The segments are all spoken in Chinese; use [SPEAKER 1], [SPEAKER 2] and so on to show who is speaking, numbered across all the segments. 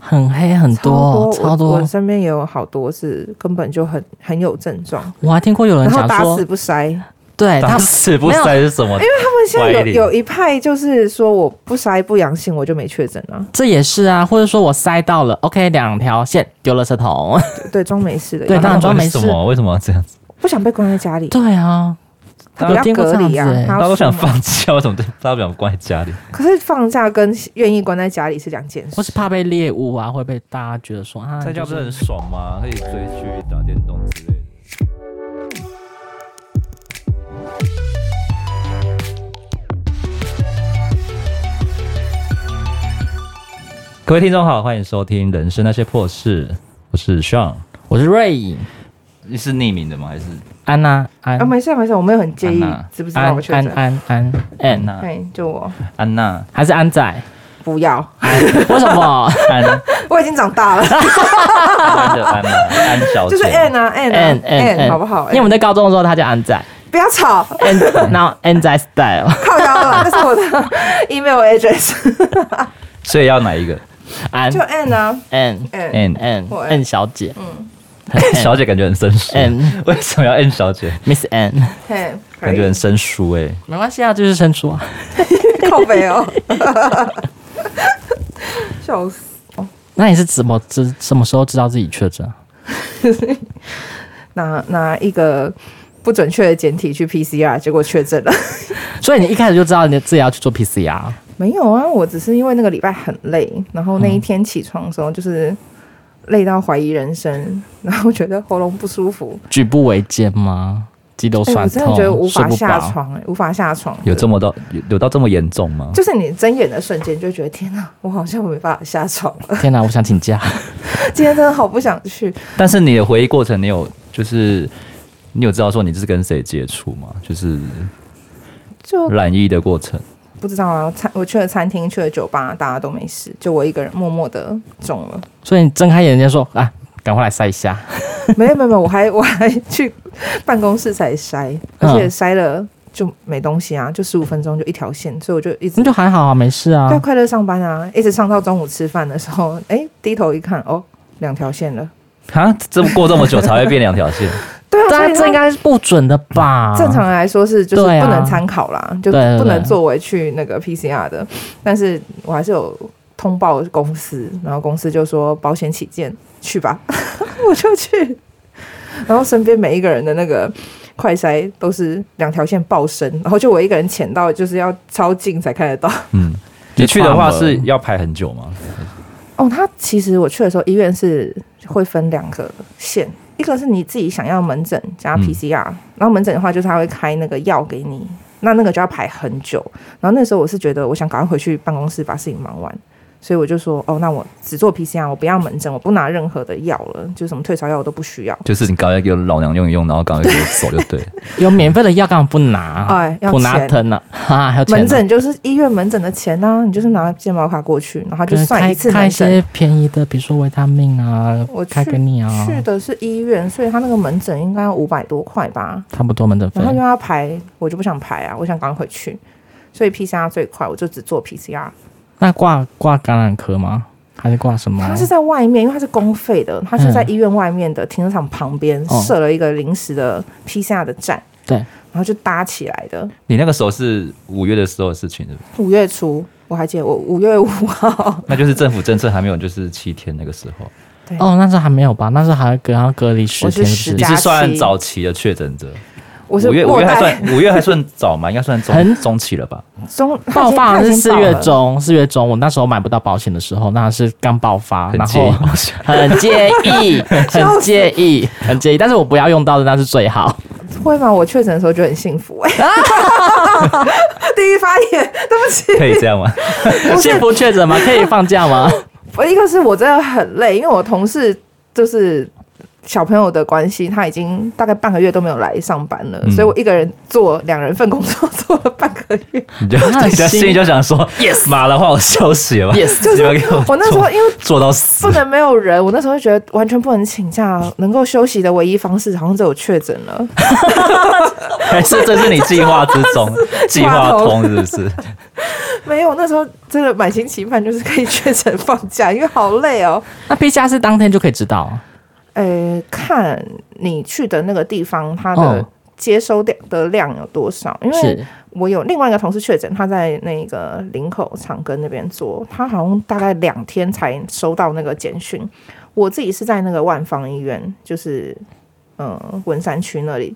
[SPEAKER 1] 很黑很多哦，
[SPEAKER 2] 我
[SPEAKER 1] 超多
[SPEAKER 2] 我。身边也有好多是根本就很很有症状，
[SPEAKER 1] 我还听过有人
[SPEAKER 2] 然后
[SPEAKER 1] 讲
[SPEAKER 2] 打
[SPEAKER 1] 说
[SPEAKER 2] 死，不筛。哎
[SPEAKER 1] 对他
[SPEAKER 3] 打死不塞是什
[SPEAKER 2] 他
[SPEAKER 3] 么？
[SPEAKER 2] 们现在
[SPEAKER 3] 歪理
[SPEAKER 2] 有有一派就是说我不筛不阳性我就没确诊啊，
[SPEAKER 1] 这也是啊，或者说我塞到了，OK，两条线丢了圾 桶。
[SPEAKER 2] 对，装没事的，
[SPEAKER 1] 对
[SPEAKER 2] 有没
[SPEAKER 1] 当
[SPEAKER 2] 有
[SPEAKER 1] 然装没
[SPEAKER 3] 为
[SPEAKER 1] 事
[SPEAKER 3] 什么？为什么要这样子？
[SPEAKER 2] 不想被关在家里，
[SPEAKER 1] 对啊，
[SPEAKER 2] 他
[SPEAKER 1] 我
[SPEAKER 2] 不要
[SPEAKER 1] 听过
[SPEAKER 2] 隔
[SPEAKER 1] 这样
[SPEAKER 2] 离啊
[SPEAKER 1] 子欸，
[SPEAKER 2] 他
[SPEAKER 3] 大
[SPEAKER 2] 要
[SPEAKER 3] 家都想
[SPEAKER 2] 出门
[SPEAKER 3] 放假，为什么对大家都想关在家里？
[SPEAKER 2] 可是放假跟愿意关在家里是两件
[SPEAKER 1] 我
[SPEAKER 2] 事。
[SPEAKER 1] 是怕被猎物啊，会被大家觉得说啊，
[SPEAKER 3] 在家
[SPEAKER 1] 就
[SPEAKER 3] 不是很爽吗？可以追剧、打电动之类的。各位听众好，欢迎收听《人生那些破事》，我是 Sean。
[SPEAKER 1] 我是瑞颖
[SPEAKER 3] 你是匿名的吗？还是
[SPEAKER 1] 安娜安
[SPEAKER 2] 啊，没事啊没事啊，我没有很介意
[SPEAKER 3] 安娜
[SPEAKER 2] 知不知道
[SPEAKER 1] 安
[SPEAKER 2] 我确
[SPEAKER 1] 安
[SPEAKER 2] 诊。
[SPEAKER 1] 安安
[SPEAKER 3] 安
[SPEAKER 1] 安，
[SPEAKER 3] 娜？
[SPEAKER 2] 对，就我
[SPEAKER 3] 安娜？
[SPEAKER 1] 还是安仔？
[SPEAKER 2] 不要，
[SPEAKER 1] 为什么
[SPEAKER 3] 安
[SPEAKER 2] 我已经长大了，
[SPEAKER 3] 安的安娜？安小姐？
[SPEAKER 2] 就是 N 啊 N 啊
[SPEAKER 1] ？N N
[SPEAKER 2] N 好不好
[SPEAKER 1] 哦
[SPEAKER 2] 哎
[SPEAKER 1] 因？为我们在高中的时候，他叫安仔
[SPEAKER 2] 不要吵，
[SPEAKER 1] ，N 然后 N 仔 style
[SPEAKER 2] 靠腰了，这是我的 email address，
[SPEAKER 3] 所以要哪一个？
[SPEAKER 1] 安
[SPEAKER 2] 就 N 啊
[SPEAKER 1] N
[SPEAKER 2] N。
[SPEAKER 3] N
[SPEAKER 1] N
[SPEAKER 2] 我嗯
[SPEAKER 1] N 小姐，
[SPEAKER 3] N 小姐感觉很生疏。
[SPEAKER 1] N
[SPEAKER 3] 为什么要 N 小姐？
[SPEAKER 1] Miss N，
[SPEAKER 2] 嗯嘿，
[SPEAKER 3] 感觉很生疏哎、
[SPEAKER 1] 没关系啊，就是生疏啊。
[SPEAKER 2] 可以靠背哦， 笑死！
[SPEAKER 1] 那你是怎么知什么时候知道自己确诊啊？
[SPEAKER 2] 拿拿一个不准确的简体去 PCR，结果确诊了。
[SPEAKER 1] 所以你一开始就知道你自己要去做 PCR，
[SPEAKER 2] 没有啊，我只是因为那个礼拜很累，然后
[SPEAKER 3] 嗯
[SPEAKER 2] 那一天起床的时候就是累到怀疑人生，然后觉得喉咙不舒服，
[SPEAKER 1] 举步维艰吗？肌肉
[SPEAKER 2] 哎、我
[SPEAKER 1] 酸
[SPEAKER 2] 真
[SPEAKER 1] 痛，
[SPEAKER 2] 的觉得无
[SPEAKER 1] 睡
[SPEAKER 2] 法
[SPEAKER 1] 不
[SPEAKER 2] 下
[SPEAKER 1] 饱。
[SPEAKER 2] 床、哎，无法下床，
[SPEAKER 3] 有这么到有有到这么严重吗？
[SPEAKER 2] 就是你睁眼的瞬间就觉得天哪，我好像没办法下床了，
[SPEAKER 1] 天哪、我想请假。
[SPEAKER 2] 今天真的好不想去。
[SPEAKER 3] 但是你的回忆过程，你有就是你有知道说你是跟谁接触吗？就是
[SPEAKER 2] 就
[SPEAKER 3] 染疫的过程，
[SPEAKER 2] 不知道啊，餐我去了餐厅，去了酒吧，大家都没事，就我一个人默默的中了。
[SPEAKER 1] 所以你睁开眼睛说啊，赶快来晒一下。
[SPEAKER 2] 没有没有没有，我还我还去办公室才筛，而且筛了就没东西啊，就十五分钟就一条线，所以我就一直
[SPEAKER 1] 那就还好啊，没事啊
[SPEAKER 2] 要。快乐上班啊，一直上到中午吃饭的时候，哎，低头一看，哦，两条线了。
[SPEAKER 3] 啊，这么过这么久才会变两条 线，
[SPEAKER 2] 对啊，
[SPEAKER 1] 但这
[SPEAKER 2] 所以
[SPEAKER 1] 应
[SPEAKER 2] 呢
[SPEAKER 1] 该是不准的吧？
[SPEAKER 2] 正常来说是就是
[SPEAKER 1] 啊对啊
[SPEAKER 2] 不能参考啦，就
[SPEAKER 1] 对对
[SPEAKER 2] 不能
[SPEAKER 1] 对
[SPEAKER 2] 作为去那个 PCR 的，但是我还是有通报公司，然后公司就说保险起见，去吧， 我就去。然后身边每一个人的那个快筛都是两条线爆升，然后就我一个人潜到就是要超近才看得到。
[SPEAKER 3] 嗯。你去的话是要排很久吗？
[SPEAKER 2] 哦，他其实我去的时候，医院是会分两个线，一个是你自己想要门诊加
[SPEAKER 3] 嗯
[SPEAKER 2] PCR，、然后门诊的话就是他会开那个药给你，那那个就要排很久。然后那时候我是觉得我想赶快回去办公室把事情忙完，所以我就说哦，那我只做 PCR，我不要门诊，我不拿任何的药了，就什么退烧药我都不需要。
[SPEAKER 3] 就是你赶快给我老娘用一用，然后赶快给我走就对了。
[SPEAKER 1] 有免费的药干嘛啊不拿？
[SPEAKER 2] 哎，要
[SPEAKER 1] 普拿
[SPEAKER 2] 钱。
[SPEAKER 1] 疼呢？啊， 还有钱啊
[SPEAKER 2] 门诊就是医院门诊的钱呐、你就是拿健保卡过去，然后他就
[SPEAKER 1] 就是
[SPEAKER 2] 算
[SPEAKER 1] 开
[SPEAKER 2] 一次
[SPEAKER 1] 开
[SPEAKER 2] 门
[SPEAKER 1] 一
[SPEAKER 2] 诊。
[SPEAKER 1] 些便宜的，比如说维他命啊
[SPEAKER 2] 我，去
[SPEAKER 1] 开给你啊，
[SPEAKER 2] 去的是医院，所以他那个门诊应该要五百多块吧？
[SPEAKER 1] 差不多门诊费
[SPEAKER 2] 然。后又要排，我就不想排啊，我想赶快回去，所以 PCR 最快，我就只做 PCR。
[SPEAKER 1] 那挂挂感染科吗？还是挂什么？
[SPEAKER 2] 它是在外面，因为它是公费的，它就在医院外面的停车场旁边
[SPEAKER 1] 哦
[SPEAKER 2] 设了一个临时的 PCR 的站，
[SPEAKER 1] 对
[SPEAKER 2] 然后就搭起来的。
[SPEAKER 3] 你那个时候是五月的时候的事情，是不是
[SPEAKER 2] 五月初我还记得，我五月五号，
[SPEAKER 3] 那就是政府政策还没有就是七天那个时候，
[SPEAKER 2] 对，
[SPEAKER 1] 哦，那时候还没有吧？那时候还要隔还要隔离十
[SPEAKER 2] 哎我是
[SPEAKER 1] 天，
[SPEAKER 2] 十
[SPEAKER 1] 是不
[SPEAKER 3] 你
[SPEAKER 1] 是？
[SPEAKER 2] 加
[SPEAKER 3] 是
[SPEAKER 2] 七
[SPEAKER 3] 算早期的确诊者，
[SPEAKER 2] 我是
[SPEAKER 3] 五月五
[SPEAKER 2] 末
[SPEAKER 3] 月还
[SPEAKER 2] 代
[SPEAKER 3] 算五月还算早嘛，应该算中
[SPEAKER 1] 很
[SPEAKER 3] 中期了吧？
[SPEAKER 2] 中
[SPEAKER 1] 爆发好像是 四月，
[SPEAKER 2] 它已经它已经爆了
[SPEAKER 1] 中，四月中我那时候买不到保险的时候，那是刚爆发，
[SPEAKER 3] 很
[SPEAKER 1] 啊然
[SPEAKER 3] 介意
[SPEAKER 1] 后 很介意，很介 意，很介意。但是我不要用到的那是最好。
[SPEAKER 2] 会吗？我确诊的时候就很幸福、欸， 第一发言，对不起，
[SPEAKER 3] 可以这 样吗？
[SPEAKER 1] 幸福确诊吗？可以放假 吗？
[SPEAKER 2] 我一个是我真的很累，因为我同事就是小朋友的关系，他已经大概半个月都没有来上班了，
[SPEAKER 3] 嗯
[SPEAKER 2] 所以我一个人做两人份工作做了半个月。
[SPEAKER 3] 你就
[SPEAKER 1] 他很
[SPEAKER 3] 你在
[SPEAKER 1] 新
[SPEAKER 3] 心里就想说，yes，妈的话我休息吧
[SPEAKER 1] 啊 Yes
[SPEAKER 2] 就是
[SPEAKER 3] 你们给我
[SPEAKER 2] 我那时候因为
[SPEAKER 3] 做到死
[SPEAKER 2] 不，能没有人，我那时候觉得完全不能请假，能够休息的唯一方式好像只有确诊了。
[SPEAKER 3] 还是这是你计划之中，计划通是不是？
[SPEAKER 2] 没有，那时候真的满心期盼，就是可以确诊放假，因为好累哦。
[SPEAKER 1] 那 PCR 是当天就可以知道啊，
[SPEAKER 2] 呃，看你去的那个地方，它的
[SPEAKER 1] 哦
[SPEAKER 2] 接收量的量有多少？因为
[SPEAKER 1] 是
[SPEAKER 2] 我有另外一个同事确诊，他在那个林口长庚那边做，他好像大概两天才收到那个简讯。我自己是在那个万方医院，就是呃文山区那里。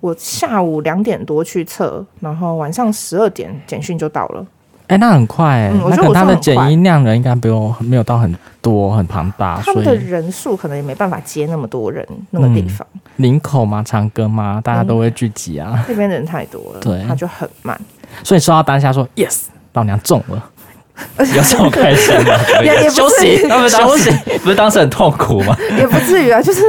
[SPEAKER 2] 我下午两点多去测，然后晚上十二点简讯就到了。
[SPEAKER 1] 哎、那很快、欸
[SPEAKER 2] 嗯我
[SPEAKER 1] 那可
[SPEAKER 2] 觉得
[SPEAKER 1] 能
[SPEAKER 2] 我
[SPEAKER 1] 他
[SPEAKER 2] 算
[SPEAKER 1] 的
[SPEAKER 2] 很
[SPEAKER 1] 检
[SPEAKER 2] 快
[SPEAKER 1] 疫量人应该不用没有到很多很庞大，
[SPEAKER 2] 他
[SPEAKER 1] 所
[SPEAKER 2] 们的
[SPEAKER 1] 以
[SPEAKER 2] 人数可能也没办法接那么多人，那个地方、
[SPEAKER 1] 林口嘛、长庚嘛，大家
[SPEAKER 2] 嗯
[SPEAKER 1] 都会聚集啊。
[SPEAKER 2] 那边人太多了，
[SPEAKER 1] 对
[SPEAKER 2] 他就很慢。
[SPEAKER 1] 所以说到当下说 yes，老娘中了，
[SPEAKER 3] 有这种开心 吗？
[SPEAKER 2] 也也
[SPEAKER 1] 休
[SPEAKER 2] 不至于
[SPEAKER 1] 息，
[SPEAKER 3] 他们当
[SPEAKER 1] 休
[SPEAKER 3] 时
[SPEAKER 1] 息。
[SPEAKER 3] 不是当时很痛苦吗？
[SPEAKER 2] 也不至于啊，就是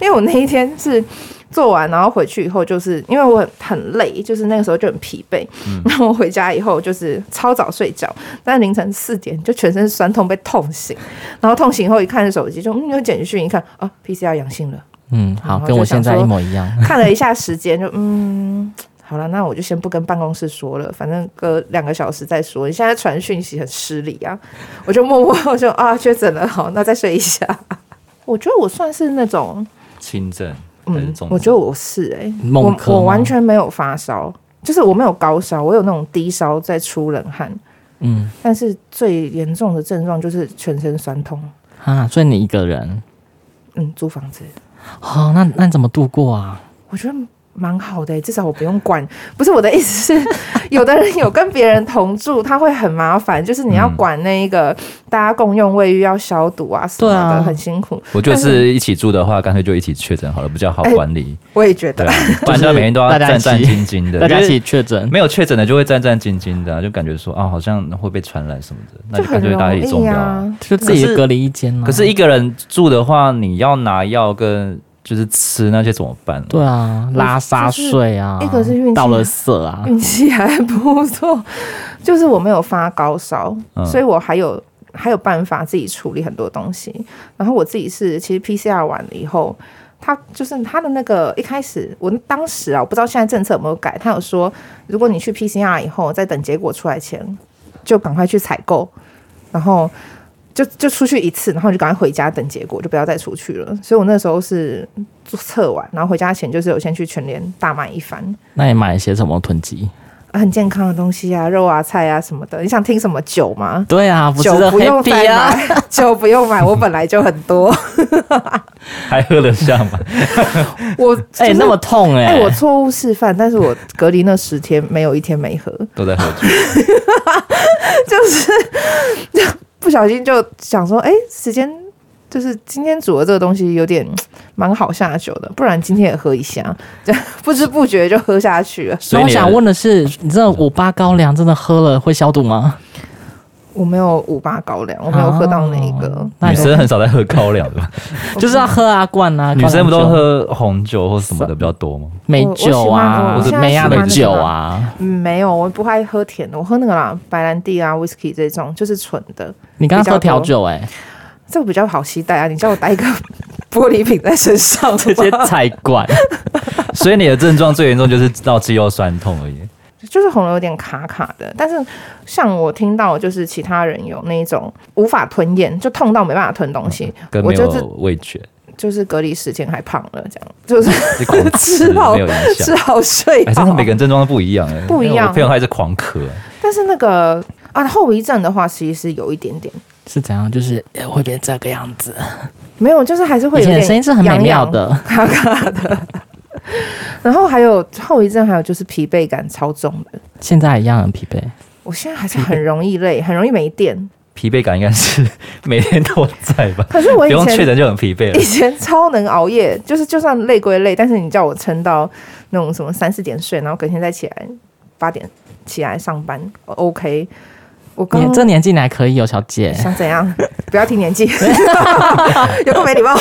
[SPEAKER 2] 因为我那一天是做完，然后回去以后，就是因为我很累，就是那个时候就很疲惫。然后我回家以后就是超早睡觉，但凌晨四点就全身酸痛被痛醒，然后痛醒以后一看手机就嗯有简讯，一看啊 PCR 阳性了，
[SPEAKER 1] 嗯，好，
[SPEAKER 2] 然后
[SPEAKER 1] 跟我
[SPEAKER 2] 就想
[SPEAKER 1] 现在一
[SPEAKER 2] 说
[SPEAKER 1] 模一样。
[SPEAKER 2] 看了一下时间就嗯。好了，那我就先不跟办公室说了，反正隔两个小时再说。你现在传讯息很失礼啊，我就默默我就啊确诊了，好，那再睡一下。我觉得我算是那种
[SPEAKER 3] 轻症还是
[SPEAKER 2] 嗯
[SPEAKER 3] 重，症？
[SPEAKER 2] 我觉得我是哎、
[SPEAKER 1] 梦
[SPEAKER 2] 我
[SPEAKER 1] 科吗
[SPEAKER 2] 我完全没有发烧，就是我没有高烧，我有那种低烧在出冷汗，
[SPEAKER 1] 嗯
[SPEAKER 2] 但是最严重的症状就是全身酸痛。
[SPEAKER 1] 啊，所以你一个人，
[SPEAKER 2] 嗯，租房子，
[SPEAKER 1] 好、那那你怎么度过啊？
[SPEAKER 2] 我觉得。蛮好的欸、至少我不用管。不是我的意思是， 有的人有跟别人同住，他会很麻烦，就是你要
[SPEAKER 3] 嗯
[SPEAKER 2] 管那一个、大家共用卫浴要消毒啊什
[SPEAKER 1] 对
[SPEAKER 2] 么的，
[SPEAKER 1] 啊
[SPEAKER 2] 很辛苦。
[SPEAKER 3] 我觉得是一起住的话，干脆就一起确诊好了，比较好
[SPEAKER 2] 哎
[SPEAKER 3] 管理。
[SPEAKER 2] 我也觉
[SPEAKER 3] 对
[SPEAKER 2] 得，
[SPEAKER 3] 啊，不然就每天都要
[SPEAKER 1] 大家一
[SPEAKER 3] 战
[SPEAKER 1] 起
[SPEAKER 3] 战兢兢的。
[SPEAKER 1] 大家一
[SPEAKER 3] 因
[SPEAKER 1] 起
[SPEAKER 3] 为
[SPEAKER 1] 确诊，
[SPEAKER 3] 没有确诊的就会战战兢兢的啊、就感觉说啊，好像会被传染什么的，啊那就
[SPEAKER 2] 很
[SPEAKER 3] 干脆大家一起
[SPEAKER 2] 容
[SPEAKER 3] 中
[SPEAKER 2] 易
[SPEAKER 3] 标、
[SPEAKER 2] 啊
[SPEAKER 3] 啊。。
[SPEAKER 1] 就自己
[SPEAKER 3] 可是
[SPEAKER 1] 隔离一间啊。
[SPEAKER 3] 可是，一个人住的话，你要拿药跟就是吃那些怎么办？
[SPEAKER 1] 对啊，拉撒睡啊，
[SPEAKER 2] 就是一个是运气
[SPEAKER 1] 到了色啊，
[SPEAKER 2] 运气还不错，就是我没有发高烧，
[SPEAKER 3] 嗯
[SPEAKER 2] 所以我还有还有办法自己处理很多东西。然后我自己是其实 PCR 完了以后，他就是他的那个一开始我当时啊，我不知道现在政策有没有改，他有说如果你去 PCR 以后，在等结果出来前就赶快去采购，然后。就就出去一次，然后就赶快回家等结果，就不要再出去了。所以我那时候是测完，然后回家前就是有先去全联大买一番，
[SPEAKER 1] 那你买一些什么囤积？
[SPEAKER 2] 啊很健康的东西啊，肉啊、菜啊什么的。你想听什么酒吗？
[SPEAKER 1] 对啊，不是
[SPEAKER 2] 酒不用
[SPEAKER 1] happy
[SPEAKER 2] 再
[SPEAKER 1] 啊，
[SPEAKER 2] 买， 酒不用买，我本来就很多。
[SPEAKER 3] 还喝得下吗？
[SPEAKER 2] 我
[SPEAKER 1] 哎、
[SPEAKER 2] 就是
[SPEAKER 1] 那么痛哎、
[SPEAKER 2] 哎、我错误示范，但是我隔离那十天没有一天没喝，
[SPEAKER 3] 都在喝 酒，
[SPEAKER 2] 不小心就想说，哎、时间就是今天煮的这个东西有点蛮好下酒的，不然今天也喝一下， 这样不知不觉就喝下去了。
[SPEAKER 1] 那
[SPEAKER 3] 所以
[SPEAKER 1] 我
[SPEAKER 3] 你的
[SPEAKER 1] 想问的是，你这五八高粱真的喝了会消毒 吗？
[SPEAKER 2] 我没有五八高粱，我没有喝到那一个，
[SPEAKER 1] 那
[SPEAKER 3] 女
[SPEAKER 1] 你
[SPEAKER 3] 生很少在喝高粱的吧，
[SPEAKER 1] 就是要喝啊灌啊，
[SPEAKER 3] 女生不都
[SPEAKER 1] 灌酒啊
[SPEAKER 3] 喝红酒或什么的比较多吗？
[SPEAKER 1] 美酒啊，
[SPEAKER 2] 我我喜欢喝
[SPEAKER 1] 或者梅亚
[SPEAKER 2] 我现在喜
[SPEAKER 1] 的
[SPEAKER 2] 欢
[SPEAKER 1] 酒啊？
[SPEAKER 2] 嗯，没有，我不爱喝甜的，我喝那个啦，白兰地啊、whisky 这种，就是纯的，
[SPEAKER 1] 你刚刚喝调酒哎、
[SPEAKER 2] 这个比较好携带啊。你叫我带一个 玻璃瓶在身上，
[SPEAKER 1] 这些菜馆
[SPEAKER 3] 所以你的症状最严重就是到肌肉酸 痛而已。
[SPEAKER 2] 就是喉咙有点卡卡的。但是像我听到，就是其他人有那一种无法吞咽，就痛到没办法吞东西，
[SPEAKER 3] 嗯跟
[SPEAKER 2] 我
[SPEAKER 3] 没有
[SPEAKER 2] 就是
[SPEAKER 3] 味觉，
[SPEAKER 2] 就是隔离十天还胖了，这样就是
[SPEAKER 3] 就狂吃
[SPEAKER 2] 吃好
[SPEAKER 3] 没有影响
[SPEAKER 2] 吃。好睡
[SPEAKER 3] 哎，
[SPEAKER 2] 好。
[SPEAKER 3] 真的每个人症状都不一样哎，
[SPEAKER 2] 不一样
[SPEAKER 3] 因为我朋友他一直狂咳，
[SPEAKER 2] 但是那个啊后遗症的话，其实是有一点点。
[SPEAKER 1] 是怎样？就是呃会变这个样子。
[SPEAKER 2] 没有，就是还是会
[SPEAKER 1] 以
[SPEAKER 2] 有
[SPEAKER 1] 前
[SPEAKER 2] 点
[SPEAKER 1] 的声音是很美
[SPEAKER 2] 痒
[SPEAKER 1] 妙
[SPEAKER 2] 痒
[SPEAKER 1] 的，
[SPEAKER 2] 卡卡的。然后还有后遗症，还有就是疲惫感超重的。
[SPEAKER 1] 现在一样很疲惫。
[SPEAKER 2] 我现在还是很容易累，很容易没电。
[SPEAKER 3] 疲惫感应该是 每天都在吧？
[SPEAKER 2] 可是我
[SPEAKER 3] 不
[SPEAKER 2] 以
[SPEAKER 3] 用确
[SPEAKER 2] 前
[SPEAKER 3] 诊就很疲惫
[SPEAKER 2] 以
[SPEAKER 3] 了。
[SPEAKER 2] 前超能熬夜，就是就算累归累，但是你叫我撑到那种什么三四点睡，然后隔天再起来八点起来上班我，OK。我刚
[SPEAKER 1] 你这年纪你还可以哦，小姐，
[SPEAKER 2] 想怎样？不要提年纪，有空没礼貌。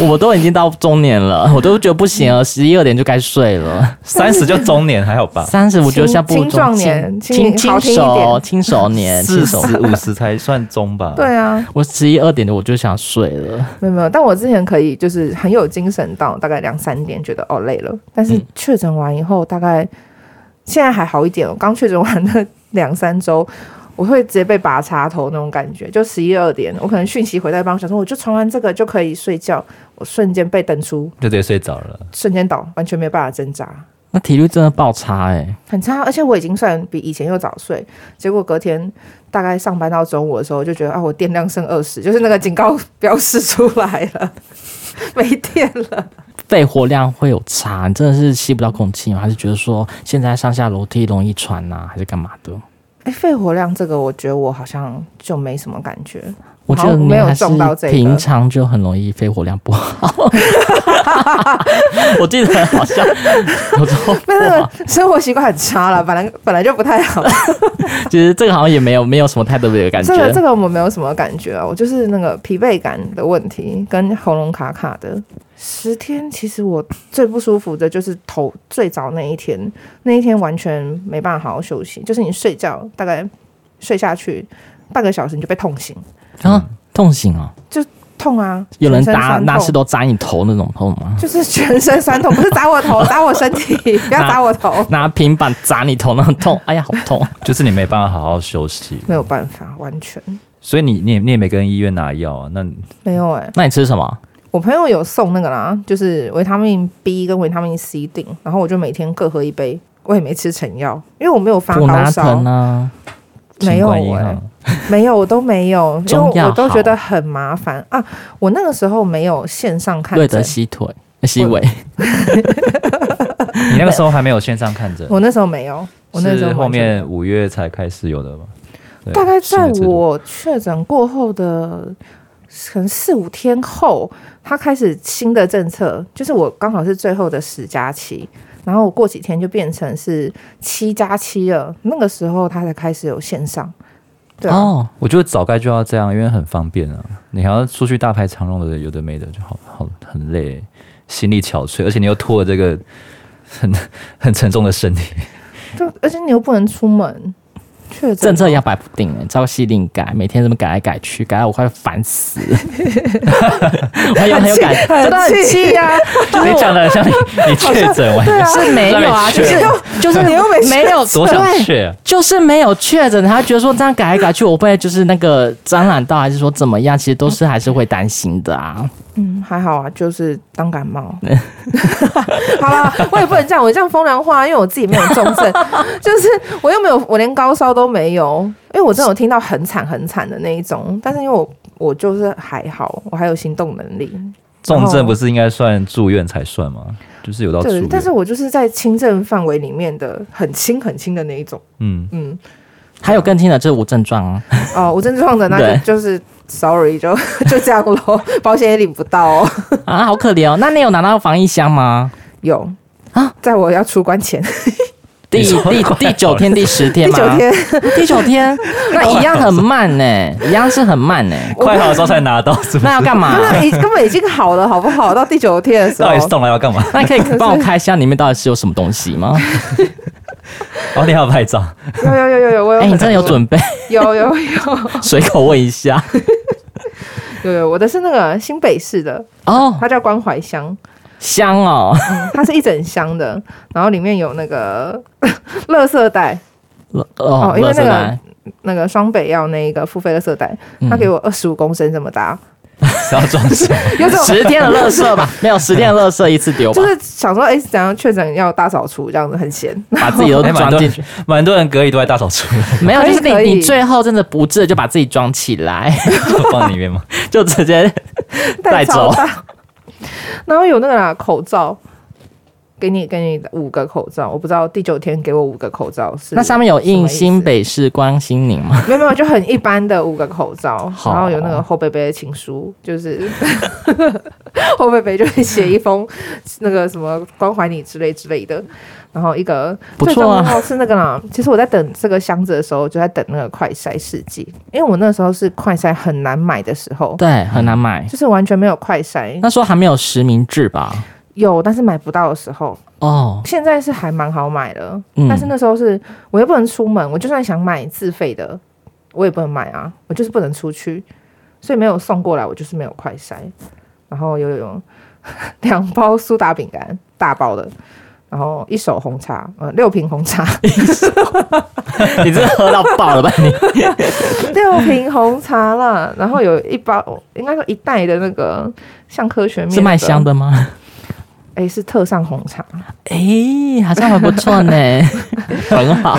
[SPEAKER 1] 我都已经到中年 了，我都觉得不行了，十一二点就该睡了。
[SPEAKER 3] 三十就中年还好吧？
[SPEAKER 1] 三十，我觉得
[SPEAKER 2] 青
[SPEAKER 1] 下不如
[SPEAKER 2] 青
[SPEAKER 1] 中
[SPEAKER 2] 壮年
[SPEAKER 1] 轻
[SPEAKER 2] 青好
[SPEAKER 1] 轻
[SPEAKER 2] 听一
[SPEAKER 1] 手
[SPEAKER 2] 点
[SPEAKER 1] 轻手年，
[SPEAKER 3] 四
[SPEAKER 1] 轻手。
[SPEAKER 3] 十五十才算中吧？
[SPEAKER 2] 对，啊，
[SPEAKER 1] 我十一二点的我就想睡了，
[SPEAKER 2] 没有没有，但我之前可以就是很有精神到大概两三点，觉得哦累了。但是确诊完以后，大概现在还好一点。我刚确诊完的两三周，我会直接被拔插头那种感觉，就十一二点，我可能讯息回到一半，我想说我就传完这个就可以睡觉，我瞬间被登出，
[SPEAKER 3] 就直接睡着了。
[SPEAKER 2] 瞬间倒，完全没有办法挣扎，
[SPEAKER 1] 那体力真的爆差哎、
[SPEAKER 2] 很差。而且我已经算比以前又早睡，结果隔天大概上班到中午的时候，就觉得啊，我电量剩二十，就是那个警告标示出来了， 没电了。
[SPEAKER 1] 肺活量会有差，你真的是吸不到空气吗？还是觉得说现在上下楼梯容易喘呐、还是干嘛的？
[SPEAKER 2] 哎，肺活量这个，我觉得我好像就没什么感觉。
[SPEAKER 1] 我觉得你
[SPEAKER 2] 没有
[SPEAKER 1] 还是
[SPEAKER 2] 中到这个
[SPEAKER 1] 平常就很容易肺活量不好， 我记得好像有时候
[SPEAKER 2] 那那个生活习惯很差了，本来本来就不太好。
[SPEAKER 1] 其实这个好像也没有没有什么太特别的感觉。
[SPEAKER 2] 这啊个这个我们没有什么感觉啊，我就是那个疲惫感的问题跟喉咙卡卡的。十天其实我最不舒服的就是头最早那一天，那一天完全没办法好好休息，就是你睡觉大概睡下去半个小时你就被痛醒，
[SPEAKER 1] 啊痛醒哦，
[SPEAKER 2] 痛啊，
[SPEAKER 1] 有人
[SPEAKER 2] 全身
[SPEAKER 1] 拿
[SPEAKER 2] 酸
[SPEAKER 1] 拿
[SPEAKER 2] 痛
[SPEAKER 1] 石头砸你头那种痛吗？
[SPEAKER 2] 就是全身酸痛，不是砸我头，砸我身体，不要砸我头，
[SPEAKER 1] 拿平板砸你头那种 痛，哎呀好痛！
[SPEAKER 3] 就是你没办法好好休息，
[SPEAKER 2] 没有办法，完全
[SPEAKER 3] 所以你你也你也没跟医院拿药啊？那你
[SPEAKER 2] 没有哎、
[SPEAKER 1] 那你吃什么？
[SPEAKER 2] 我朋友有送那个啦，就是维他命 B 跟维他命 C 锭，然后我就每天各喝一杯，我也没吃成药，因为我没有发
[SPEAKER 1] 普
[SPEAKER 2] 高
[SPEAKER 1] 拿
[SPEAKER 2] 烧
[SPEAKER 1] 疼，啊，
[SPEAKER 2] 没有
[SPEAKER 3] 新冠一
[SPEAKER 2] 哎、
[SPEAKER 3] 号
[SPEAKER 2] 没有，我都没有，因
[SPEAKER 1] 中
[SPEAKER 2] 为
[SPEAKER 1] 药
[SPEAKER 2] 我都
[SPEAKER 1] 好
[SPEAKER 2] 觉得很麻烦啊。我那个时候没有线上看
[SPEAKER 1] 瑞德
[SPEAKER 2] 诊，
[SPEAKER 1] 西腿、西尾，
[SPEAKER 3] 你那个时候还没有线上看诊，
[SPEAKER 2] 我那时候没有，我那时候
[SPEAKER 3] 是
[SPEAKER 2] 完全
[SPEAKER 3] 后面五月才开始有的吗？对
[SPEAKER 2] 大概在
[SPEAKER 3] 新的制度
[SPEAKER 2] 我确诊过后的可能四五天后，他开始新的政策，就是我刚好是最后的十加七，然后我过几天就变成是七加七了，那个时候他才开始有线上。对啊、
[SPEAKER 1] 哦，
[SPEAKER 3] 我觉得早该就要这样，因为很方便啊。你还要出去大排长龙的，有的没的，就好好很累，心力憔悴，而且你又拖了这个很 很沉重的身体。
[SPEAKER 2] 就而且你又不能出门，确诊
[SPEAKER 1] 政策摇摆不定、欸，照系令改，每天这么改来改去， 改到我快 烦死了。我还有很有感，真的很气
[SPEAKER 2] 呀、啊！
[SPEAKER 3] 你讲的 像你你确诊完，
[SPEAKER 2] 对啊，
[SPEAKER 1] 是没有 啊，
[SPEAKER 3] 让你
[SPEAKER 1] 就是
[SPEAKER 3] 确
[SPEAKER 1] 就是
[SPEAKER 2] 你又没确
[SPEAKER 1] 没有
[SPEAKER 3] 多想
[SPEAKER 1] 对
[SPEAKER 3] 去啊！
[SPEAKER 1] 就是没有确诊，他觉得说这样改来改去，我会就是那个沾染到，还是说怎么样？其实都是还是会担心的啊。
[SPEAKER 2] 嗯，还好啊，就是当感冒。 好啦，我也不能这样，我这样风凉话，因为我自己没有重症， 就是我又没有，我连高烧都没有。因为我真的有听到很惨很惨的那一种，但是因为我我就是还好，我还有行动能力，
[SPEAKER 3] 重症不是应该算住院才算吗？就是有到住
[SPEAKER 2] 对
[SPEAKER 3] 院，，
[SPEAKER 2] 但是我就是在轻症范围里面的很轻很轻的那一种。
[SPEAKER 3] 嗯，
[SPEAKER 2] 嗯，
[SPEAKER 1] 还有更轻的，就是无症状啊。
[SPEAKER 2] 哦，无症状的那
[SPEAKER 1] 对
[SPEAKER 2] 就就是 sorry，就 就这样咯，保险也领不到哦。
[SPEAKER 1] 啊，好可怜哦。那你有拿到防疫箱吗？
[SPEAKER 2] 有
[SPEAKER 1] 啊，
[SPEAKER 2] 在我要出关前
[SPEAKER 1] 第
[SPEAKER 3] 你说
[SPEAKER 1] 第
[SPEAKER 3] 快
[SPEAKER 1] 第九天、第十天
[SPEAKER 2] 第
[SPEAKER 1] 吗？
[SPEAKER 2] 九天，
[SPEAKER 1] 第九天，那一样很慢呢、一样是很慢呢、
[SPEAKER 3] 快好的时候才 拿到，是不
[SPEAKER 1] 那要
[SPEAKER 3] 是？
[SPEAKER 1] 干嘛？
[SPEAKER 2] 那已根本已经好了，好不好？到第九天的时候
[SPEAKER 3] 啊 到，底是送来要干嘛？
[SPEAKER 1] 那你可以帮我开箱里面到底是有什么东西吗？
[SPEAKER 3] 哦，你还要拍照，
[SPEAKER 2] 有有有有有，我有
[SPEAKER 1] 哎、
[SPEAKER 2] 很多，
[SPEAKER 1] 你真的有准备？
[SPEAKER 2] 有有有
[SPEAKER 1] 随口问一下
[SPEAKER 2] 有有，我的是那个新北市的，
[SPEAKER 1] 哦，
[SPEAKER 2] 它叫关怀箱，
[SPEAKER 1] 香哦，
[SPEAKER 2] 它是一整箱的，然后里面有那个 垃圾袋，
[SPEAKER 1] 哦，
[SPEAKER 2] 因为
[SPEAKER 1] 乐色
[SPEAKER 2] 那个
[SPEAKER 1] 男
[SPEAKER 2] 那个双北要那个付费垃圾袋，
[SPEAKER 1] 嗯
[SPEAKER 2] 它给我二十五公升这么大，
[SPEAKER 3] 是要装什么？
[SPEAKER 2] 有种
[SPEAKER 1] 十天的乐色吧，没有十天的乐色一次丢吧
[SPEAKER 2] 就，是想说，哎，怎样确诊要大扫除这样子，很闲。
[SPEAKER 1] 把自己都
[SPEAKER 3] 哎蛮
[SPEAKER 1] 装
[SPEAKER 3] 多
[SPEAKER 1] 进去。
[SPEAKER 3] 蛮多人隔离都在大扫除，
[SPEAKER 1] 没有，
[SPEAKER 2] 可
[SPEAKER 1] 就
[SPEAKER 2] 以
[SPEAKER 1] 是
[SPEAKER 2] 可
[SPEAKER 1] 你
[SPEAKER 2] 以
[SPEAKER 1] 你最后真的不治，就把自己装起来，
[SPEAKER 3] 就放里面吗？
[SPEAKER 1] 就直接带走
[SPEAKER 2] 超大。 然后有那个啦，口罩，给你给你五个口罩，我不知道第九天给我五个口罩是
[SPEAKER 1] 那上面有
[SPEAKER 2] 什么
[SPEAKER 1] 印
[SPEAKER 2] 意思
[SPEAKER 1] 新，北市关心您吗？
[SPEAKER 2] 没有没有，就很一般的五个口 罩，
[SPEAKER 1] 好
[SPEAKER 2] 然后有那个后贝贝的情书，就是后贝贝就会写一封那个什么关怀你之类之类的，然后一个
[SPEAKER 1] 不错啊
[SPEAKER 2] 最重要是那个啦，其实我在等这个箱子的时候，就在等那个快筛试剂，因为我那时候是快筛很难买的时候。
[SPEAKER 1] 对，很难买。
[SPEAKER 2] 就是完全没有快筛，
[SPEAKER 1] 那时候还没有实名制吧？
[SPEAKER 2] 有，但是买不到的时候，
[SPEAKER 1] 哦，
[SPEAKER 2] 现在是还蛮好买的。
[SPEAKER 1] 嗯
[SPEAKER 2] 但是那时候是我又不能出门，我就算想买自费的，我也不能买啊，我就是不能出去，所以没有送过来，我就是没有快筛。然后有有有 两包苏打饼 干，大包的，然后一手红茶，呃，六瓶红茶，
[SPEAKER 1] 你真的喝到爆了 吧你？
[SPEAKER 2] 六瓶红茶啦，然后有一包，应该说一袋的那个像科学面
[SPEAKER 1] 是卖香
[SPEAKER 2] 的，
[SPEAKER 1] 的吗？
[SPEAKER 2] 哎，是特上红茶，
[SPEAKER 1] 哎、好像还不错呢， 很好。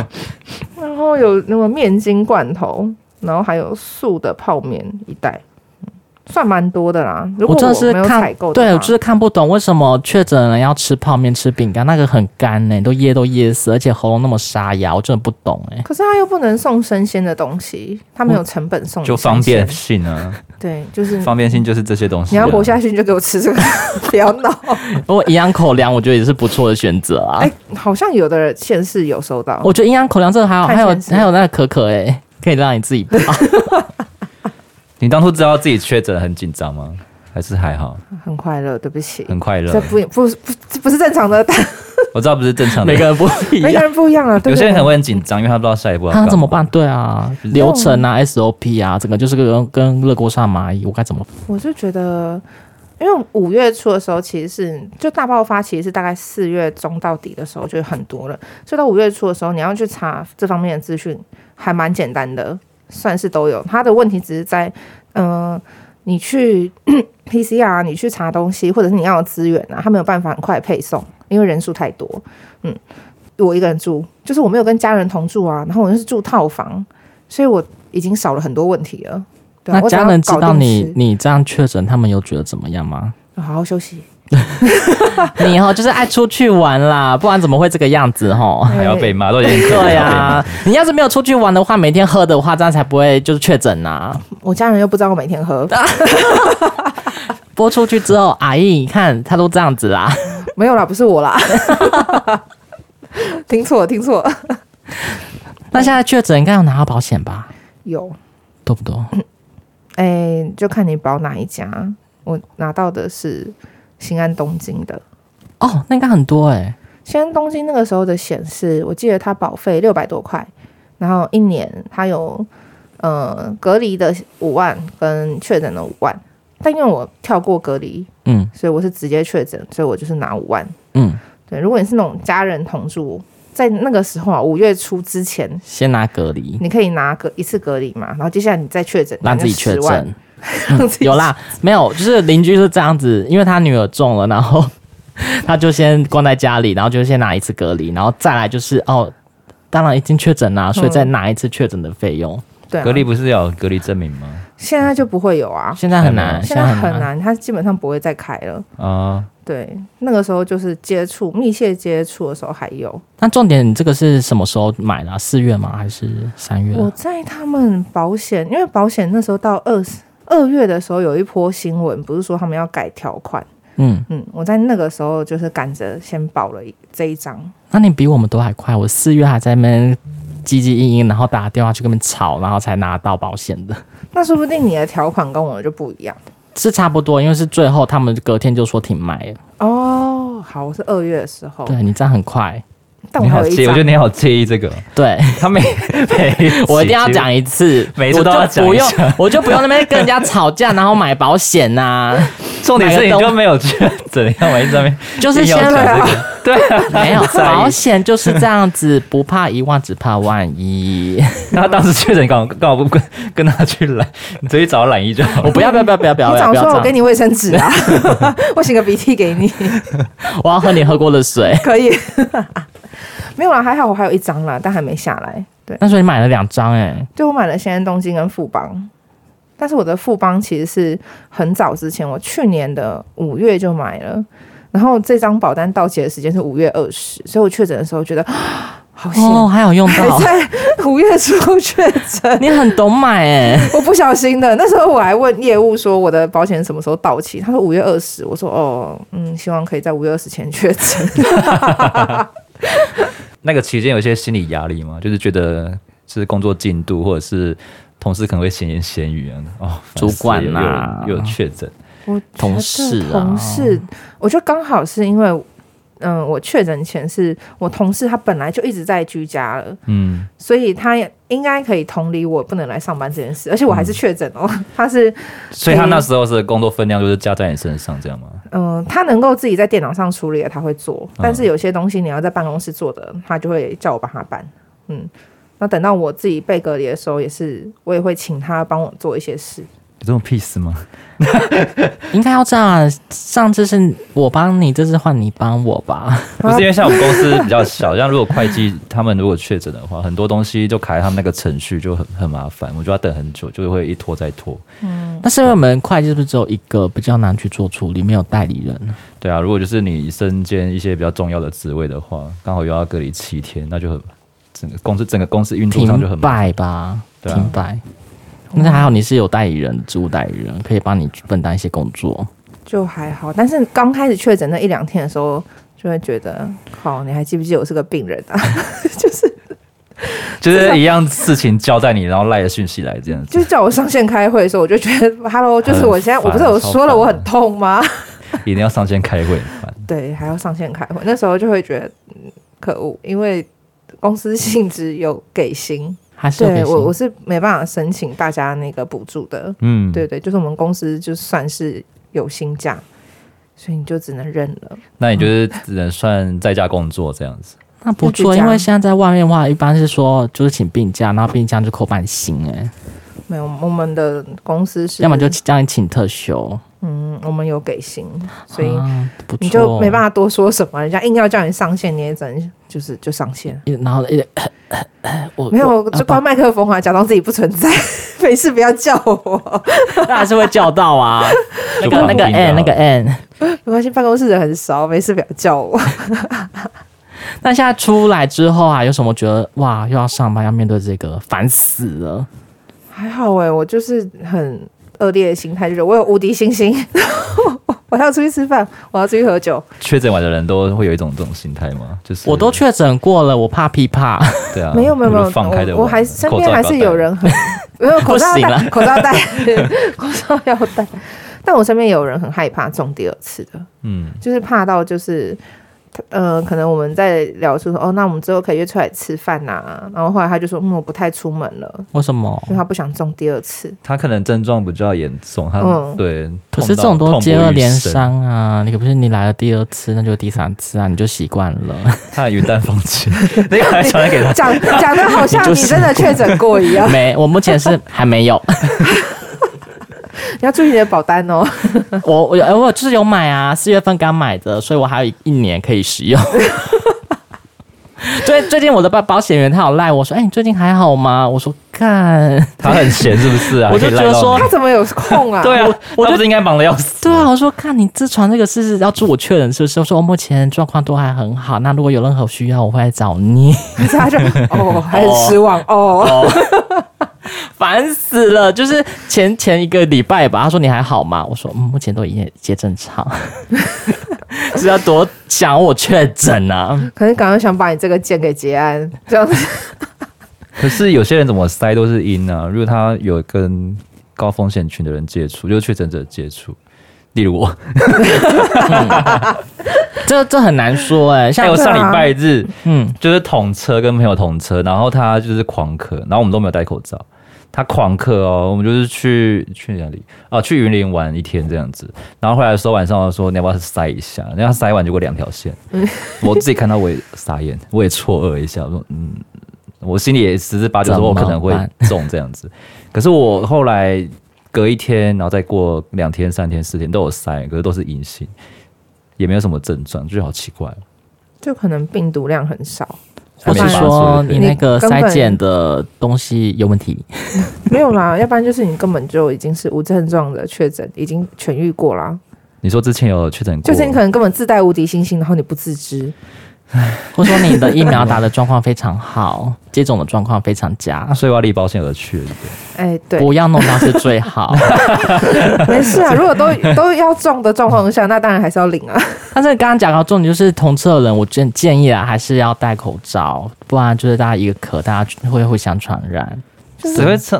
[SPEAKER 2] 然后有那个面筋罐头，然后还有素的泡面一袋，嗯算蛮多的啦。如果
[SPEAKER 1] 真的是
[SPEAKER 2] 没有采
[SPEAKER 1] 看
[SPEAKER 2] 购的话，
[SPEAKER 1] 对，我就是看不懂为什么确诊的人要吃泡面、吃饼干，那个很干呢、都噎都噎死，而且喉咙那么沙哑，我真的不懂哎、
[SPEAKER 2] 可是他又不能送生鲜的东西，他没有成本送，
[SPEAKER 3] 就方便。性啊，
[SPEAKER 2] 对，就是
[SPEAKER 3] 方便性就是这些东西、
[SPEAKER 2] 嗯你
[SPEAKER 3] 啊。
[SPEAKER 2] 要活下去，你就给我吃 这个，不要闹。
[SPEAKER 1] 不过营养口粮，我觉得也是不错的选择啊。
[SPEAKER 2] 哎、好像有的人县市有收到，
[SPEAKER 1] 我觉得营养口粮这个还好，
[SPEAKER 2] 太
[SPEAKER 1] 还有
[SPEAKER 2] 现实
[SPEAKER 1] 还有那个可可哎、可以让你自己 泡。
[SPEAKER 3] 你当初知道自己确诊很紧张吗？还是还好，
[SPEAKER 2] 很快乐，对不起。
[SPEAKER 3] 很快乐
[SPEAKER 2] 嗯这。不不不这不是正常的， 但
[SPEAKER 3] 我知道不是正常的，
[SPEAKER 1] 每个人不一
[SPEAKER 2] 每个
[SPEAKER 1] 样，
[SPEAKER 2] 人不一样啊。对 不
[SPEAKER 3] 有些
[SPEAKER 2] 对
[SPEAKER 3] 人可能会很紧张，因为他不知道下一步要干
[SPEAKER 1] 他
[SPEAKER 3] 嘛
[SPEAKER 1] 啊怎么办？？对啊，流程啊、SOP 啊，整个就是跟跟热锅上蚂蚁，我该怎么？
[SPEAKER 2] 我就觉得，因为五月初的时候，其实是就大爆发，其实是大概四月中到底的时候就很多了，所以到五月初的时候，你要去查这方面的资讯，还蛮简单的，算是都有。他的问题只是在，嗯、你去 PCR，你去查东西，或者是你要有资源啊，他没有办法很快配送，因为人数太多。嗯，我一个人住，就是我没有跟家人同住啊，然后我就是住套房，所以我已经少了很多问题了。对啊
[SPEAKER 1] 那
[SPEAKER 2] 我只要
[SPEAKER 1] 家人知
[SPEAKER 2] 搞
[SPEAKER 1] 道
[SPEAKER 2] 定
[SPEAKER 1] 你
[SPEAKER 2] 吃
[SPEAKER 1] 你这样确诊，他们有觉得怎么样吗？
[SPEAKER 2] 好好休息，
[SPEAKER 1] 你哦，就是爱出去玩啦，不然怎么会这个样子 吼？
[SPEAKER 3] 还要被骂，都已经
[SPEAKER 2] 哎
[SPEAKER 1] 对呀、
[SPEAKER 3] 啊，
[SPEAKER 1] 你要是没有出去玩的话，每天喝的话，这样才不会就是确诊啊呐。
[SPEAKER 2] 我家人又不知道我每天喝，
[SPEAKER 1] 不过出去之 后，阿姨你看他都这样子啦，
[SPEAKER 2] 没有啦，不是我啦， 听错了听错了，
[SPEAKER 1] 那现在确诊应该有拿到保险吧？
[SPEAKER 2] 有，
[SPEAKER 1] 多不多？
[SPEAKER 2] 哎、就看你保哪一家，我拿到的是新安东京的，
[SPEAKER 1] 哦，那应该很多哎、
[SPEAKER 2] 新安东京那个时候的显示，我记得它保费六百多块，然后一年它有呃隔离的五万跟确诊的五万，但因为我跳过隔离，
[SPEAKER 1] 嗯
[SPEAKER 2] 所以我是直接确诊，所以我就是拿五万。
[SPEAKER 1] 嗯，
[SPEAKER 2] 对，如果你是那种家人同住，在那个时候啊，五月初之前，
[SPEAKER 1] 先拿隔离，
[SPEAKER 2] 你可以拿隔一次隔离嘛，然后接下来你再确诊，
[SPEAKER 1] 让自己确诊。
[SPEAKER 2] 那就10万，让自 己
[SPEAKER 1] 有啦，没有，就是邻居是这样子，因为他女儿中了，然后 他就先关在家里，然后就先拿一次隔离，然后再来就是哦，当然已经确诊
[SPEAKER 2] 嗯
[SPEAKER 1] 啦，所以再拿一次确诊的费用。
[SPEAKER 2] 对啊啊
[SPEAKER 3] 隔离，不是要有隔离证明吗？
[SPEAKER 2] 现在就不会有啊，
[SPEAKER 1] 现在很难，
[SPEAKER 2] 现
[SPEAKER 1] 在
[SPEAKER 2] 在
[SPEAKER 1] 很
[SPEAKER 2] 很。难，它基本上不会再开了。
[SPEAKER 3] 啊，
[SPEAKER 2] 对，那个时候就是接触密切接触的时候还有，
[SPEAKER 1] 那重点，你这个是什么时候买的啊、四月吗？还是三月？啊
[SPEAKER 2] 我在他们保险，因为保险那时候到二十二月的时候有一波新闻，不是说他们要改条款，
[SPEAKER 1] 嗯，
[SPEAKER 2] 嗯，我在那个时候就是赶着先保了一这一张，
[SPEAKER 1] 那你比我们都还快，我四月还在那边唧唧嘤嘤，然后打电话去跟他们吵，然后才拿到保险的，
[SPEAKER 2] 那说不定你的条款跟我就不一样。
[SPEAKER 1] 是差不多，因为是最后他们隔天就说停卖了。
[SPEAKER 2] 哦，好，我是二月的时候，
[SPEAKER 1] 对你这样很快，
[SPEAKER 2] 但我
[SPEAKER 3] 你
[SPEAKER 2] 还
[SPEAKER 3] 好
[SPEAKER 2] 有一
[SPEAKER 3] 介意，我
[SPEAKER 2] 张
[SPEAKER 3] 觉得你好介意这个。
[SPEAKER 1] 对。
[SPEAKER 3] 他 每每集
[SPEAKER 1] 我一定要讲一次，
[SPEAKER 3] 每次都要讲
[SPEAKER 1] 我
[SPEAKER 3] 一
[SPEAKER 1] 就
[SPEAKER 3] 下
[SPEAKER 1] 不用，我就不用那边跟人家吵架，然后买保险啊 呐、
[SPEAKER 3] 重点是
[SPEAKER 1] 哪
[SPEAKER 3] 你
[SPEAKER 1] 个
[SPEAKER 3] 就
[SPEAKER 1] 东
[SPEAKER 3] 没有确诊，要么一直在那边
[SPEAKER 1] 就是先
[SPEAKER 3] 硬要讲
[SPEAKER 2] 对啊
[SPEAKER 3] 这个，对啊，
[SPEAKER 1] 没有
[SPEAKER 3] 在意
[SPEAKER 1] 保险就是这样子，不怕一万，只怕万一。
[SPEAKER 3] 那他当时确诊，刚好刚好不跟跟他去懒，你直接找懒医就好
[SPEAKER 1] 我
[SPEAKER 3] 了。
[SPEAKER 1] 不要不要不要不要不要
[SPEAKER 2] 你
[SPEAKER 1] 不要
[SPEAKER 2] 早
[SPEAKER 1] 不要
[SPEAKER 2] 说，我
[SPEAKER 1] 这
[SPEAKER 2] 给
[SPEAKER 1] 样，
[SPEAKER 2] 你卫生纸啊，我擤个鼻涕给你，
[SPEAKER 1] 我要喝你喝过的水。
[SPEAKER 2] 可以。 没有啦，还好我还有一张啦，但还没下来。对，
[SPEAKER 1] 那时候你买了两张哎、
[SPEAKER 2] 就我买了现在东京跟富邦，但是我的富邦其实是很早之前，我去年的五月就买了，然后这张保单到期的时间是五月二十，所以我确诊的时候觉得 好险，
[SPEAKER 1] 哦，还有用 到，
[SPEAKER 2] 五月初确诊。
[SPEAKER 1] 你很懂买哎、
[SPEAKER 2] 我不小心的，那时候我还问业务说我的保险什么时候到期，他说五月二十，我说哦，嗯，希望可以在五月二十前确诊。
[SPEAKER 3] 那个期间有一些心理压力嘛，就是觉得是工作进度，或者是同事可能会闲言闲语啊，哦，
[SPEAKER 1] 主管啊
[SPEAKER 3] 呐，又有确诊，
[SPEAKER 2] 我觉得
[SPEAKER 1] 同事啊
[SPEAKER 2] 同事，我觉得刚好是因为，嗯、我确诊前是我同事他本来就一直在居家了，
[SPEAKER 3] 嗯，
[SPEAKER 2] 所以他也应该可以同理我不能来上班这件事，而且我还是确诊哦，他是
[SPEAKER 3] 所以他那时候的工作分量就是加在你身上，这样吗？
[SPEAKER 2] 嗯，他能够自己在电脑上处理的，他会做。但是有些东西你要在办公室做的，他就会叫我帮他办。嗯，那那等到我自己被隔离的时候，也是我也会请他帮我做一些事。
[SPEAKER 3] 有这种 peace 吗？
[SPEAKER 1] 应该要这样啊。上次是我帮你，这次换你帮我吧。
[SPEAKER 2] 嗯
[SPEAKER 3] 不是因为像我们公司比较小，像如果会计他们如果确诊的话，很多东西就卡在他们那个程序就很很麻烦，我就要等很久，就会一拖再拖。
[SPEAKER 1] 但是因为我们会计是不是只有一个，比较难去做处理，没有代理人。
[SPEAKER 3] 对啊，如果就是你身兼一些比较重要的职位的话，刚好又要隔离七天，那就很整个公司整个公司运作上就
[SPEAKER 1] 停
[SPEAKER 3] 很麻烦。
[SPEAKER 1] 摆吧，
[SPEAKER 3] 对啊
[SPEAKER 1] 停摆。但是还好你是有代理人，职务代理人可以帮你去分担一些工作。
[SPEAKER 2] 就还好。但是刚开始确诊那一两天的时候，就会觉得，好，你还记不记得我是个病人啊？
[SPEAKER 3] 就是一样事情交代你，然后赖的讯息来这样子。
[SPEAKER 2] 就是叫我上线开会的时候，我就觉得，Hello，就是 我现在
[SPEAKER 3] 很
[SPEAKER 2] 我不
[SPEAKER 3] 烦
[SPEAKER 2] 是有说
[SPEAKER 3] 超
[SPEAKER 2] 了
[SPEAKER 3] 烦
[SPEAKER 2] 我很痛吗？
[SPEAKER 3] 一定要上线开会，很烦
[SPEAKER 2] 对，还要上线开会，那时候就会觉得，嗯，可恶，因为公司性质有给薪，
[SPEAKER 1] 还是有
[SPEAKER 2] 对
[SPEAKER 1] 给
[SPEAKER 2] 我
[SPEAKER 1] 薪
[SPEAKER 2] 我是没办法申请大家那个补助的，
[SPEAKER 3] 嗯，
[SPEAKER 2] 对。对，就是我们公司就算是有薪假，所以你就只能认了。
[SPEAKER 3] 那你就是只能算在家工作这样子。
[SPEAKER 1] 那不
[SPEAKER 2] 就
[SPEAKER 1] 错，
[SPEAKER 2] 居家
[SPEAKER 1] 因为现在在外面的话，一般是说就是请病假，然后病假就扣半薪哎、
[SPEAKER 2] 没有，我们的公司是，
[SPEAKER 1] 要么就叫你请特休，
[SPEAKER 2] 嗯，我们有给薪，所以
[SPEAKER 1] 啊、不错，
[SPEAKER 2] 你就没办法多说什么，人家硬要叫你上线，你也只能就是就上线。
[SPEAKER 1] 一。然后一直我
[SPEAKER 2] 没有，
[SPEAKER 1] 我
[SPEAKER 2] 就关麦克风啊，假装自己不存在， 没事不要叫我，
[SPEAKER 1] 那还是会叫到 啊。那
[SPEAKER 3] 就
[SPEAKER 1] 个
[SPEAKER 3] 放
[SPEAKER 1] 那个
[SPEAKER 3] 冰的
[SPEAKER 1] N 那个 N，
[SPEAKER 2] 没关系，办公室人很少，没事不要叫我。
[SPEAKER 1] 那现在出来之后啊，有什么觉得哇又要上班要面对这个，烦死了？
[SPEAKER 2] 还好哎、我就是很恶劣的心态，就是我有无敌星星， 我要出去吃饭，我要出去喝酒，
[SPEAKER 3] 确诊完的人都会有一种这种心态吗？就是
[SPEAKER 1] 我都确诊过了，我怕屁怕。
[SPEAKER 3] 对啊，
[SPEAKER 2] 没有没有没有，
[SPEAKER 3] 就放开的
[SPEAKER 2] 我我还身边还是有，人 很没有口
[SPEAKER 1] 不
[SPEAKER 2] 罩
[SPEAKER 1] 行
[SPEAKER 2] 要戴，
[SPEAKER 1] 了
[SPEAKER 2] 口罩戴， 口罩要戴。但我身边有人很害怕中第二次的，
[SPEAKER 3] 嗯，
[SPEAKER 2] 就是怕到就是，呃，可能我们在聊出说，哦，那我们之后可以约出来吃饭呐、然后后来他就说，嗯，我不太出门了，
[SPEAKER 1] 为什么？
[SPEAKER 2] 因为他不想中第二次。
[SPEAKER 3] 他可能症状比较严重，他、
[SPEAKER 2] 嗯
[SPEAKER 3] 对，
[SPEAKER 1] 可是这种都接二连，伤啊！你可不是你来了第二次，那就第三次啊，你就习惯了。
[SPEAKER 3] 他的云淡风轻， 那个还传染给他，
[SPEAKER 2] 讲讲的好像
[SPEAKER 1] 你
[SPEAKER 2] 你
[SPEAKER 1] 就是
[SPEAKER 2] 真的确诊过一 样，
[SPEAKER 1] 没，我目前 是还没有。
[SPEAKER 2] 你要注意你的保单哦。
[SPEAKER 1] 我我有我就是有买啊，四月份刚买的，所以我还有一年可以使 用。最最近我的保保险员他有赖我说，哎、你最近还好吗？我说干，
[SPEAKER 3] 他很闲是不是啊？
[SPEAKER 1] 我就
[SPEAKER 3] 可以赖到
[SPEAKER 1] 觉得说
[SPEAKER 3] 你
[SPEAKER 2] 他怎么有空啊？
[SPEAKER 3] 对啊，
[SPEAKER 1] 我
[SPEAKER 3] 我
[SPEAKER 1] 就
[SPEAKER 3] 不是应该忙的要死，
[SPEAKER 1] 对啊，我说看你自传这个事要助我确认是不是？我说我目前状况都还很好，那如果有任何需要，我会来找你。
[SPEAKER 2] 可是他 就哦，还很失望哦。
[SPEAKER 1] 哦，烦死了！就是前前一个礼拜吧，他说你还好吗？我说、嗯、目前都一切正常， 是要多想我确诊啊。
[SPEAKER 2] 可能刚刚想把你这个剑给结案，这样子
[SPEAKER 3] 可是有些人怎么塞都是阴啊，如果他有跟高风险群的人接触，就是确诊者接触。例如我，
[SPEAKER 1] 这这很难说哎、
[SPEAKER 3] 哎、
[SPEAKER 1] 像、
[SPEAKER 3] 我上
[SPEAKER 2] 对啊
[SPEAKER 3] 礼拜日、
[SPEAKER 1] 嗯，
[SPEAKER 3] 就是同车跟朋友同车，然后他就是狂咳，然后我们都没有戴口罩，他狂咳哦，我们就是去去哪里啊？去云林玩一天这样子，然后回来的时候晚上我说你要不要塞一下？然后他塞完结果两条线，我自己看到我也傻眼，我也错愕一下，我说嗯，我心里也十之八九
[SPEAKER 1] 怎
[SPEAKER 3] 说
[SPEAKER 1] 么
[SPEAKER 3] 我可能会
[SPEAKER 1] 办
[SPEAKER 3] 中这样子，可是我后来隔一天，然后再过两天、三天、四天都有塞，可是都是阴性，也没有什么症状，就好奇怪哦。
[SPEAKER 2] 就可能病毒量很少，
[SPEAKER 1] 或
[SPEAKER 3] 还
[SPEAKER 1] 是
[SPEAKER 3] 没发
[SPEAKER 1] 说
[SPEAKER 3] 出
[SPEAKER 1] 你那个筛检的东西有问题，
[SPEAKER 2] 没有 啦，要不然就是你根本就已经是无症状的确诊，已经痊愈过啦。
[SPEAKER 3] 你说之前有确诊过，
[SPEAKER 2] 就是你可能根本自带无敌星星，然后你不自知，
[SPEAKER 1] 或说你的疫苗打的状况非常好，接种的状况非常佳
[SPEAKER 3] 啊，，所以我要离保险而去了，对不对
[SPEAKER 2] 哎，对，
[SPEAKER 1] 不要弄到是最好。
[SPEAKER 2] 没事 啊。如果都都要中的状况下，那当然还是要领啊。
[SPEAKER 1] 但是刚刚讲到重点就是同车的人，我建建议啊，还是要戴口罩，不然就是大家一个咳，大家会互相传染。
[SPEAKER 3] 谁会车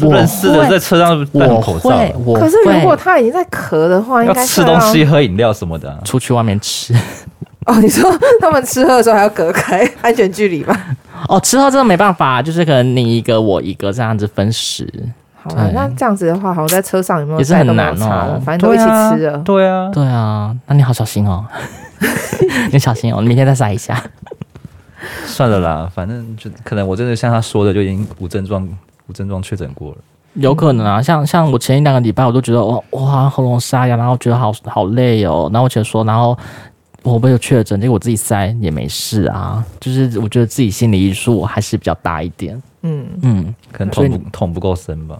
[SPEAKER 1] 我
[SPEAKER 3] 不认识的
[SPEAKER 1] 会
[SPEAKER 3] 在车上戴
[SPEAKER 1] 我
[SPEAKER 3] 口罩啊？
[SPEAKER 1] 会，我
[SPEAKER 2] 可是如果
[SPEAKER 1] 会
[SPEAKER 2] 他已经在咳的话，应
[SPEAKER 3] 要
[SPEAKER 2] 该是
[SPEAKER 3] 吃
[SPEAKER 2] 要
[SPEAKER 3] 东西、喝饮料什么的啊、
[SPEAKER 1] 出去外面吃，
[SPEAKER 2] 哦。你说他们吃喝的时候还要隔开安全距离吧？
[SPEAKER 1] 哦，吃喝真的没办法，就是可能你一个我一个这样子分食。
[SPEAKER 2] 好啊，
[SPEAKER 1] 对
[SPEAKER 2] 那这样子的话，好像在车上有没有
[SPEAKER 1] 也是
[SPEAKER 2] 带都
[SPEAKER 1] 很
[SPEAKER 2] 没
[SPEAKER 1] 难
[SPEAKER 2] 有
[SPEAKER 1] 哦
[SPEAKER 2] 差了，反正都
[SPEAKER 3] 对
[SPEAKER 2] 一起
[SPEAKER 3] 啊
[SPEAKER 2] 吃了。
[SPEAKER 3] 对啊，
[SPEAKER 1] 对啊，那你好小心哦，你小心哦，你明天再晒一下。
[SPEAKER 3] 算了啦，反正就可能我真的像他说的，就已经无症状无症状确诊过了。
[SPEAKER 1] 有可能啊，像像我前一两个礼拜，我都觉得哦哇，我好像喉咙沙哑，然后觉得好好累哦。然后我姐说，然后我被确诊，结果我自己塞也没事啊。就是我觉得自己心理因素还是比较大一点。
[SPEAKER 2] 嗯，
[SPEAKER 1] 嗯，
[SPEAKER 3] 可能
[SPEAKER 1] 所以
[SPEAKER 3] 捅不捅不够深吧？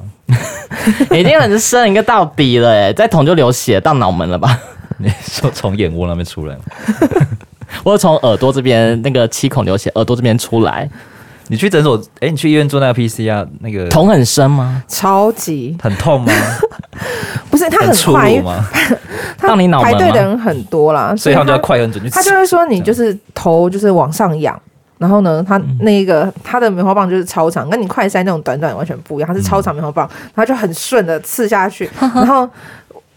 [SPEAKER 1] 已经很深一个到底了，哎，再捅就流血到脑门了吧？
[SPEAKER 3] 你 说从眼窝那边出来吗？
[SPEAKER 1] 或者从耳朵这边那个七孔流血，耳朵这边出来，
[SPEAKER 3] 你去诊所，哎、你去医院做那个 PCR 那个
[SPEAKER 1] 捅很深吗？
[SPEAKER 2] 超级
[SPEAKER 3] 很痛吗？
[SPEAKER 2] 不是 他很
[SPEAKER 3] 粗
[SPEAKER 2] 快，
[SPEAKER 3] 鲁
[SPEAKER 2] 因为
[SPEAKER 3] 吗？
[SPEAKER 2] 他
[SPEAKER 1] 让你脑门
[SPEAKER 2] 排
[SPEAKER 1] 吗
[SPEAKER 2] 队的人很多啦，
[SPEAKER 3] 嗯所以他们就
[SPEAKER 2] 他
[SPEAKER 3] 要快很准，
[SPEAKER 2] 他就会说你就是头就是往上仰，然后呢，他那个他的棉花棒就是超长，跟你快塞那种短短完全不
[SPEAKER 3] 嗯
[SPEAKER 2] 一样，它是超长棉花棒，然后就很顺的刺下 去，然后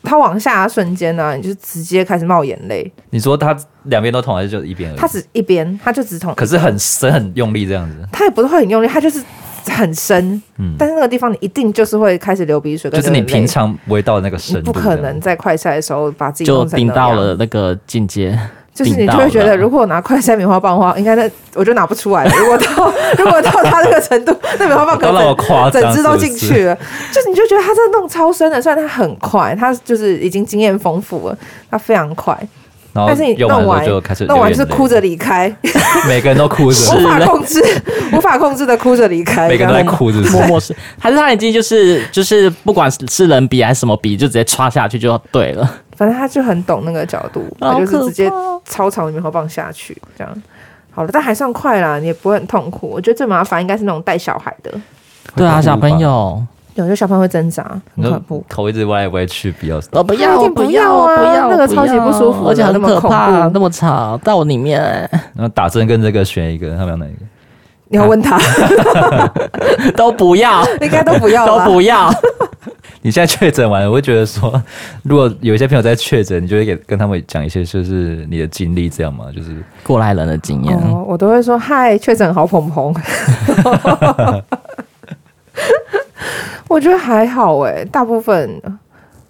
[SPEAKER 2] 它往下的瞬间呢、你就直接开始冒眼泪，
[SPEAKER 3] 你说他两边都捅还是就一边而已？
[SPEAKER 2] 它只一边，它就只捅，
[SPEAKER 3] 可是很深很用力这样子，
[SPEAKER 2] 它也不是会很用力，它就是很深，
[SPEAKER 3] 嗯，
[SPEAKER 2] 但是那个地方你一定就是会开始流鼻水跟
[SPEAKER 3] 就
[SPEAKER 2] 流
[SPEAKER 3] 是
[SPEAKER 2] 眼泪，
[SPEAKER 3] 你平常不会到那个深
[SPEAKER 2] 你
[SPEAKER 3] 度
[SPEAKER 2] 不
[SPEAKER 3] 这样，
[SPEAKER 2] 可能在快塞的时候把自己
[SPEAKER 1] 就
[SPEAKER 2] 弄成
[SPEAKER 1] 顶
[SPEAKER 2] 那
[SPEAKER 1] 到
[SPEAKER 2] 样
[SPEAKER 1] 了那个境界。
[SPEAKER 2] 就是你
[SPEAKER 1] 顶
[SPEAKER 2] 就
[SPEAKER 1] 到
[SPEAKER 2] 会觉
[SPEAKER 1] 了
[SPEAKER 2] 得，如果我拿快塞棉花棒的话，应该那我就拿不出来了。 如果到如果到他这个程度，那棉花棒可
[SPEAKER 3] 到那么
[SPEAKER 2] 能
[SPEAKER 3] 夸
[SPEAKER 2] 整
[SPEAKER 3] 张，
[SPEAKER 2] 整只都
[SPEAKER 3] 是
[SPEAKER 2] 进
[SPEAKER 3] 不是
[SPEAKER 2] 去 了。就是你就觉得他这弄超深的，虽然他很快，他就是已经经验丰富了，他非常快，
[SPEAKER 3] 然后
[SPEAKER 2] 但是你
[SPEAKER 3] 用
[SPEAKER 2] 弄
[SPEAKER 3] 完之后
[SPEAKER 2] 完
[SPEAKER 3] 就开始
[SPEAKER 2] 弄完就
[SPEAKER 3] 流
[SPEAKER 2] 是
[SPEAKER 3] 眼泪
[SPEAKER 2] 哭着，离 开，
[SPEAKER 3] 每个人都哭 着，
[SPEAKER 2] 无法
[SPEAKER 1] 嘞
[SPEAKER 2] 控制，无法控制的哭着离开。
[SPEAKER 3] 每个人都
[SPEAKER 2] 这
[SPEAKER 3] 在
[SPEAKER 2] 样
[SPEAKER 3] 哭，是不是
[SPEAKER 1] 默？默是，还是他已经就是就是不管是是人比还是什么比，就直接插下去就对了。
[SPEAKER 2] 反正他就很懂那个角度，
[SPEAKER 1] 好
[SPEAKER 2] 他就是
[SPEAKER 1] 可
[SPEAKER 2] 直接
[SPEAKER 1] 怕哦
[SPEAKER 2] 超长的棉花棒下去，这样好了，但还算快啦，你也不会很痛苦。我觉得最麻烦应该是那种带小孩的。
[SPEAKER 1] 对啊，
[SPEAKER 3] 会哭吧
[SPEAKER 1] 小朋，友，
[SPEAKER 2] 有些小朋友会挣扎，
[SPEAKER 3] 你
[SPEAKER 2] 很
[SPEAKER 3] 说
[SPEAKER 2] 可怖。
[SPEAKER 3] 头一直歪来歪去，比较
[SPEAKER 1] 我哦不
[SPEAKER 2] 一
[SPEAKER 1] 要，
[SPEAKER 2] 定
[SPEAKER 1] 不
[SPEAKER 2] 啊不要啊
[SPEAKER 1] 不要，
[SPEAKER 2] 那个
[SPEAKER 1] 不
[SPEAKER 2] 超级
[SPEAKER 1] 要
[SPEAKER 2] 不舒服的
[SPEAKER 1] 而且很
[SPEAKER 2] 那么
[SPEAKER 1] 可怕，
[SPEAKER 2] 恐怖
[SPEAKER 1] 那么吵，到我里面、欸、
[SPEAKER 3] 然后打针跟这个选一个，他们要哪一个？
[SPEAKER 2] 你要问 他，
[SPEAKER 1] 都不 要，
[SPEAKER 2] 应该都不要
[SPEAKER 1] 都
[SPEAKER 2] 吧？
[SPEAKER 1] 不要。
[SPEAKER 3] 你现在确诊完了，我会觉得说，如果有一些朋友在确诊，你就会给跟他们讲一些就是你的经历，这样嘛，就是
[SPEAKER 1] 过来人的经验，
[SPEAKER 2] 哦，我都会说嗨，确诊好捧 捧。我觉得还好哎、大部分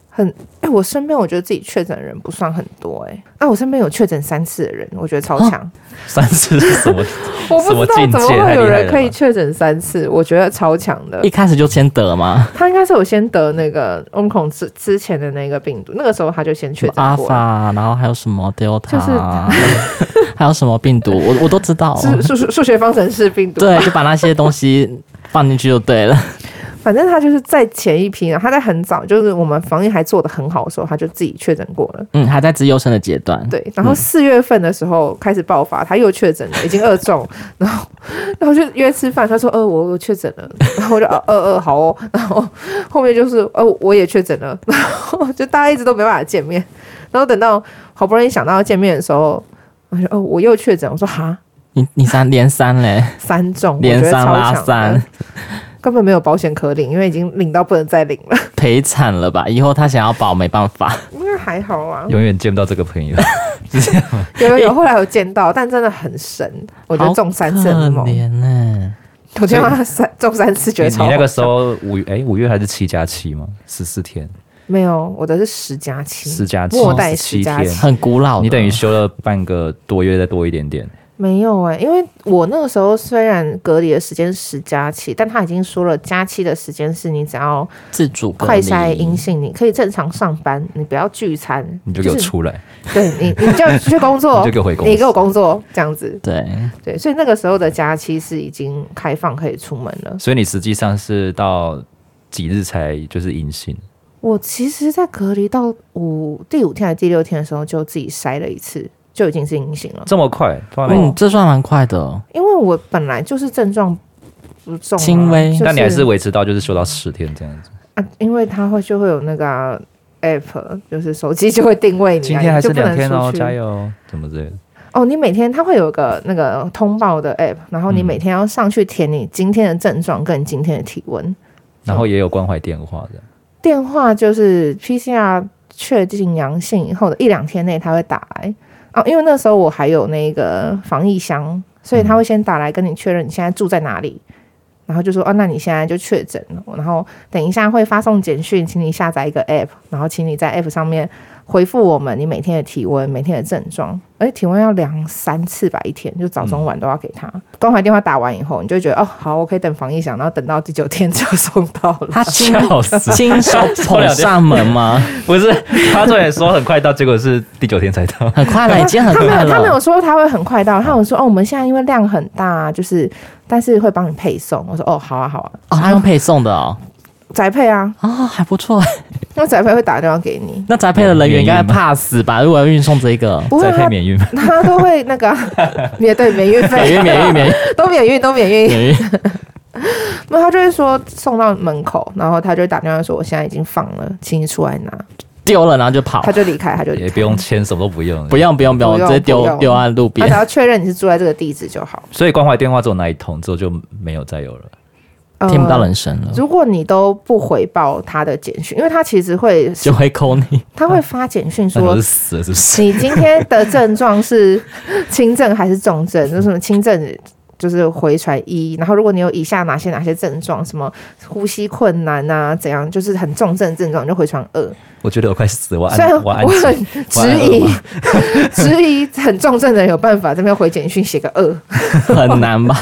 [SPEAKER 2] 很哎、我身边我觉得自己确诊的人不算很多哎、啊，我身边有确诊三次的人，我觉得超强。
[SPEAKER 3] 三次是什 么？
[SPEAKER 2] 我不知道
[SPEAKER 3] 什么境
[SPEAKER 2] 怎么
[SPEAKER 3] 界太
[SPEAKER 2] 会
[SPEAKER 3] 厉
[SPEAKER 2] 有
[SPEAKER 3] 害
[SPEAKER 2] 人
[SPEAKER 3] 了
[SPEAKER 2] 可以
[SPEAKER 3] 吧
[SPEAKER 2] 确诊三次，我觉得超强的
[SPEAKER 1] 一。开始就先得嘛，
[SPEAKER 2] 他应该是有先得那个 Omicron 之之前的那个病毒，那个时候他就先确诊
[SPEAKER 1] 阿
[SPEAKER 2] 过了。
[SPEAKER 1] 法，然后还有什么 Delta，、
[SPEAKER 2] 就是
[SPEAKER 1] 还有什么病毒，我我都知道。
[SPEAKER 3] 哦
[SPEAKER 2] 数数数数学方程式病毒，
[SPEAKER 1] 对，就把那些东西放进去就对 了。
[SPEAKER 2] 反正他就是在前一批，然后他在很早，就是我们防疫还做得很好的时候，他就自己确诊过了。
[SPEAKER 1] 嗯，还在自优生的阶段。
[SPEAKER 2] 对，然后四月份的时候开始爆发，他又确诊了，已经二中， 然后然后就约吃饭，他说呃我我确诊了， 然后我就呃呃呃好哦， 然后后面就是呃我也确诊了， 然后就大家一直都没办法见面，然后等到好不容易想到要见面的时候，我说哦我又确诊，我说哈
[SPEAKER 1] 你你三连三嘞，
[SPEAKER 2] 三中，我觉
[SPEAKER 1] 连
[SPEAKER 2] 得
[SPEAKER 1] 三
[SPEAKER 2] 超
[SPEAKER 1] 拉
[SPEAKER 2] 强的
[SPEAKER 1] 三，
[SPEAKER 2] 根本没有保险可领，因为已经领到不能再领 了。
[SPEAKER 1] 赔惨了吧？以后他想要保没办法。
[SPEAKER 2] 应该还好啊，
[SPEAKER 3] 永远见不到这个朋友，
[SPEAKER 2] 有有有，后来有见到，但真的很神，我觉得中三次很
[SPEAKER 1] 可
[SPEAKER 2] 猛。
[SPEAKER 1] 怜呢、
[SPEAKER 2] 我见到他三中三次，觉
[SPEAKER 3] 你
[SPEAKER 2] 得
[SPEAKER 3] 你
[SPEAKER 2] 超好
[SPEAKER 3] 那个时候五哎五月还是七加七吗？十四天，
[SPEAKER 2] 没有，我的是十加七，
[SPEAKER 3] 十加七，
[SPEAKER 2] 末代
[SPEAKER 3] 七
[SPEAKER 2] 十加
[SPEAKER 3] 天
[SPEAKER 2] 七，
[SPEAKER 1] 很古老的。
[SPEAKER 3] 你等于休了半个多月，再多一点点。
[SPEAKER 2] 没有哎、因为我那个时候虽然隔离的时间十加七，但他已经说了加七的时间是你只要
[SPEAKER 1] 自主隔离
[SPEAKER 2] 快筛阴，性，你可以正常上班，你不要聚餐，
[SPEAKER 3] 你就给我
[SPEAKER 2] 是
[SPEAKER 3] 出来，
[SPEAKER 2] 对你你就去工作
[SPEAKER 3] 你就，给我回公司。
[SPEAKER 2] 你给我工作这样子，
[SPEAKER 1] 对，
[SPEAKER 2] 对，所以那个时候的加七是已经开放可以出门了。
[SPEAKER 3] 所以你实际上是到几日才就是阴性？
[SPEAKER 2] 我其实，在隔离到五第五天还是第六天的时候，就自己筛了一次，就已经是阴性了。
[SPEAKER 3] 这么快？突然没
[SPEAKER 1] 嗯，这算蛮快的。
[SPEAKER 2] 因为我本来就是症状不重啊、
[SPEAKER 1] 轻微
[SPEAKER 2] 就是、
[SPEAKER 3] 但你还是维持到就是休到十天这样子。
[SPEAKER 2] 啊，因为它会就会有那个啊、app，就是手机就会定位你、啊，
[SPEAKER 3] 今天还是
[SPEAKER 2] 你就不能
[SPEAKER 3] 两天哦，
[SPEAKER 2] 出去
[SPEAKER 3] 加油哦，怎么之类的。
[SPEAKER 2] 哦，你每天它会有个那个通报的 app，然后你
[SPEAKER 3] 嗯
[SPEAKER 2] 每天要上去填你今天的症状跟你今天的体温。
[SPEAKER 3] 然后也有关怀电话的，
[SPEAKER 2] 电话就是 PCR 确定阳性以后的一两天内，他会打来哦，因为那时候我还有那个防疫箱，所以他会先打来跟你确认你现在住在哪里，然后就说哦，那你现在就确诊了，然后等一下会发送简讯，请你下载一个 app，然后请你在 app 上面回复我们你每天的体温、每天的症状，而且体温要量三次吧，一天就早中晚都要给他。关怀电话打完以后，你就会觉得哦，好，我可以等防疫响，然后等到第九天就送到了。
[SPEAKER 1] 他亲
[SPEAKER 3] 笑死
[SPEAKER 1] 亲手捧上门 吗？
[SPEAKER 3] 不是，他重点说很快到，结果是第九天才到。
[SPEAKER 1] 很快了，已经很
[SPEAKER 2] 他没
[SPEAKER 1] 快
[SPEAKER 2] 有，他没有
[SPEAKER 1] 了。
[SPEAKER 2] 说他会很快到，他有说哦，我们现在因为量很大，就是但是会帮你配送。我说哦，好啊，好啊，
[SPEAKER 1] 哦，他用配送的哦，
[SPEAKER 2] 宅配啊，
[SPEAKER 1] 啊、还不错。
[SPEAKER 2] 那宅配会打电话给你，
[SPEAKER 1] 那宅配的人员应该怕死吧？如果要运送这个，
[SPEAKER 2] 不会
[SPEAKER 3] 再配
[SPEAKER 2] 他
[SPEAKER 3] 免运吗？
[SPEAKER 2] 他都会 那个啊免 对免运
[SPEAKER 1] 免
[SPEAKER 2] 费，
[SPEAKER 1] 运免运免运
[SPEAKER 2] 都免运都免运。
[SPEAKER 1] 免运，
[SPEAKER 2] 那他就会说送到门口，然后他就打电话说我现在已经放了，请你出来拿。
[SPEAKER 1] 丢了然后就跑
[SPEAKER 2] 他，就离开，他就离
[SPEAKER 3] 也
[SPEAKER 2] 开
[SPEAKER 3] 不用签，什么都不用。
[SPEAKER 1] 不。用不用不用，
[SPEAKER 2] 不
[SPEAKER 1] 直
[SPEAKER 2] 用
[SPEAKER 1] 接
[SPEAKER 2] 不
[SPEAKER 1] 丢
[SPEAKER 2] 用啊
[SPEAKER 1] 丢在路
[SPEAKER 2] 他
[SPEAKER 1] 边
[SPEAKER 2] 只。要确认你是住在这个地址就好。
[SPEAKER 3] 所以关怀电话只有那一通，之后就没有再有了。
[SPEAKER 2] 呃
[SPEAKER 1] 听不到人声了，
[SPEAKER 2] 如果你都不回报他的简讯，因为他其实会
[SPEAKER 1] 就会扣你。
[SPEAKER 2] 他会发简讯
[SPEAKER 3] 那
[SPEAKER 2] 说
[SPEAKER 3] 我是死了，是不是？
[SPEAKER 2] 你今天的症状是轻症还是重症？就是什么轻症就是回传一，然后如果你有以下哪些哪些症状，什么呼吸困难啊，怎样，就是很重症症状你就回传二。
[SPEAKER 3] 我觉得我快死了，我
[SPEAKER 2] 虽然
[SPEAKER 3] 按
[SPEAKER 2] 我
[SPEAKER 3] 我按
[SPEAKER 2] 很
[SPEAKER 3] 键
[SPEAKER 2] 质疑，质疑很重症的人有办法这边回简讯写个二，
[SPEAKER 1] 很难 吧？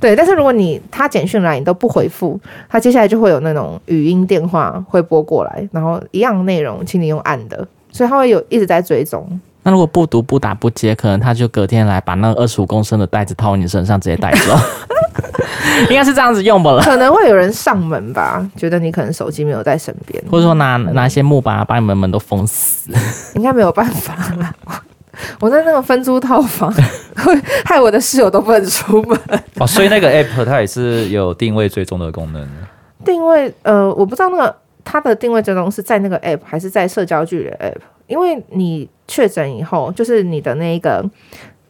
[SPEAKER 2] 对。但是如果你他简讯来你都不回复，他接下来就会有那种语音电话会拨过来，然后一样内容，请你用按的，所以他会有一直在追踪。
[SPEAKER 1] 那如果不读不打不接，可能他就隔天来把那二十五公升的袋子套你身上，直接带走。 应该是这样子用吧了，
[SPEAKER 2] 可能会有人上门吧，觉得你可能手机没有在身边，
[SPEAKER 1] 或者说拿拿一些木板把你们门都封死。
[SPEAKER 2] 应该没有办法啦。我在那个分租套房， 会害我的室友都不能出门。
[SPEAKER 3] 哦，所以那个 app 它也是有定位追踪的功能。
[SPEAKER 2] 定位，呃，我不知道那个它的定位追踪是在那个 app 还是在社交距离的 app，因为你确诊以后，就是你的那一个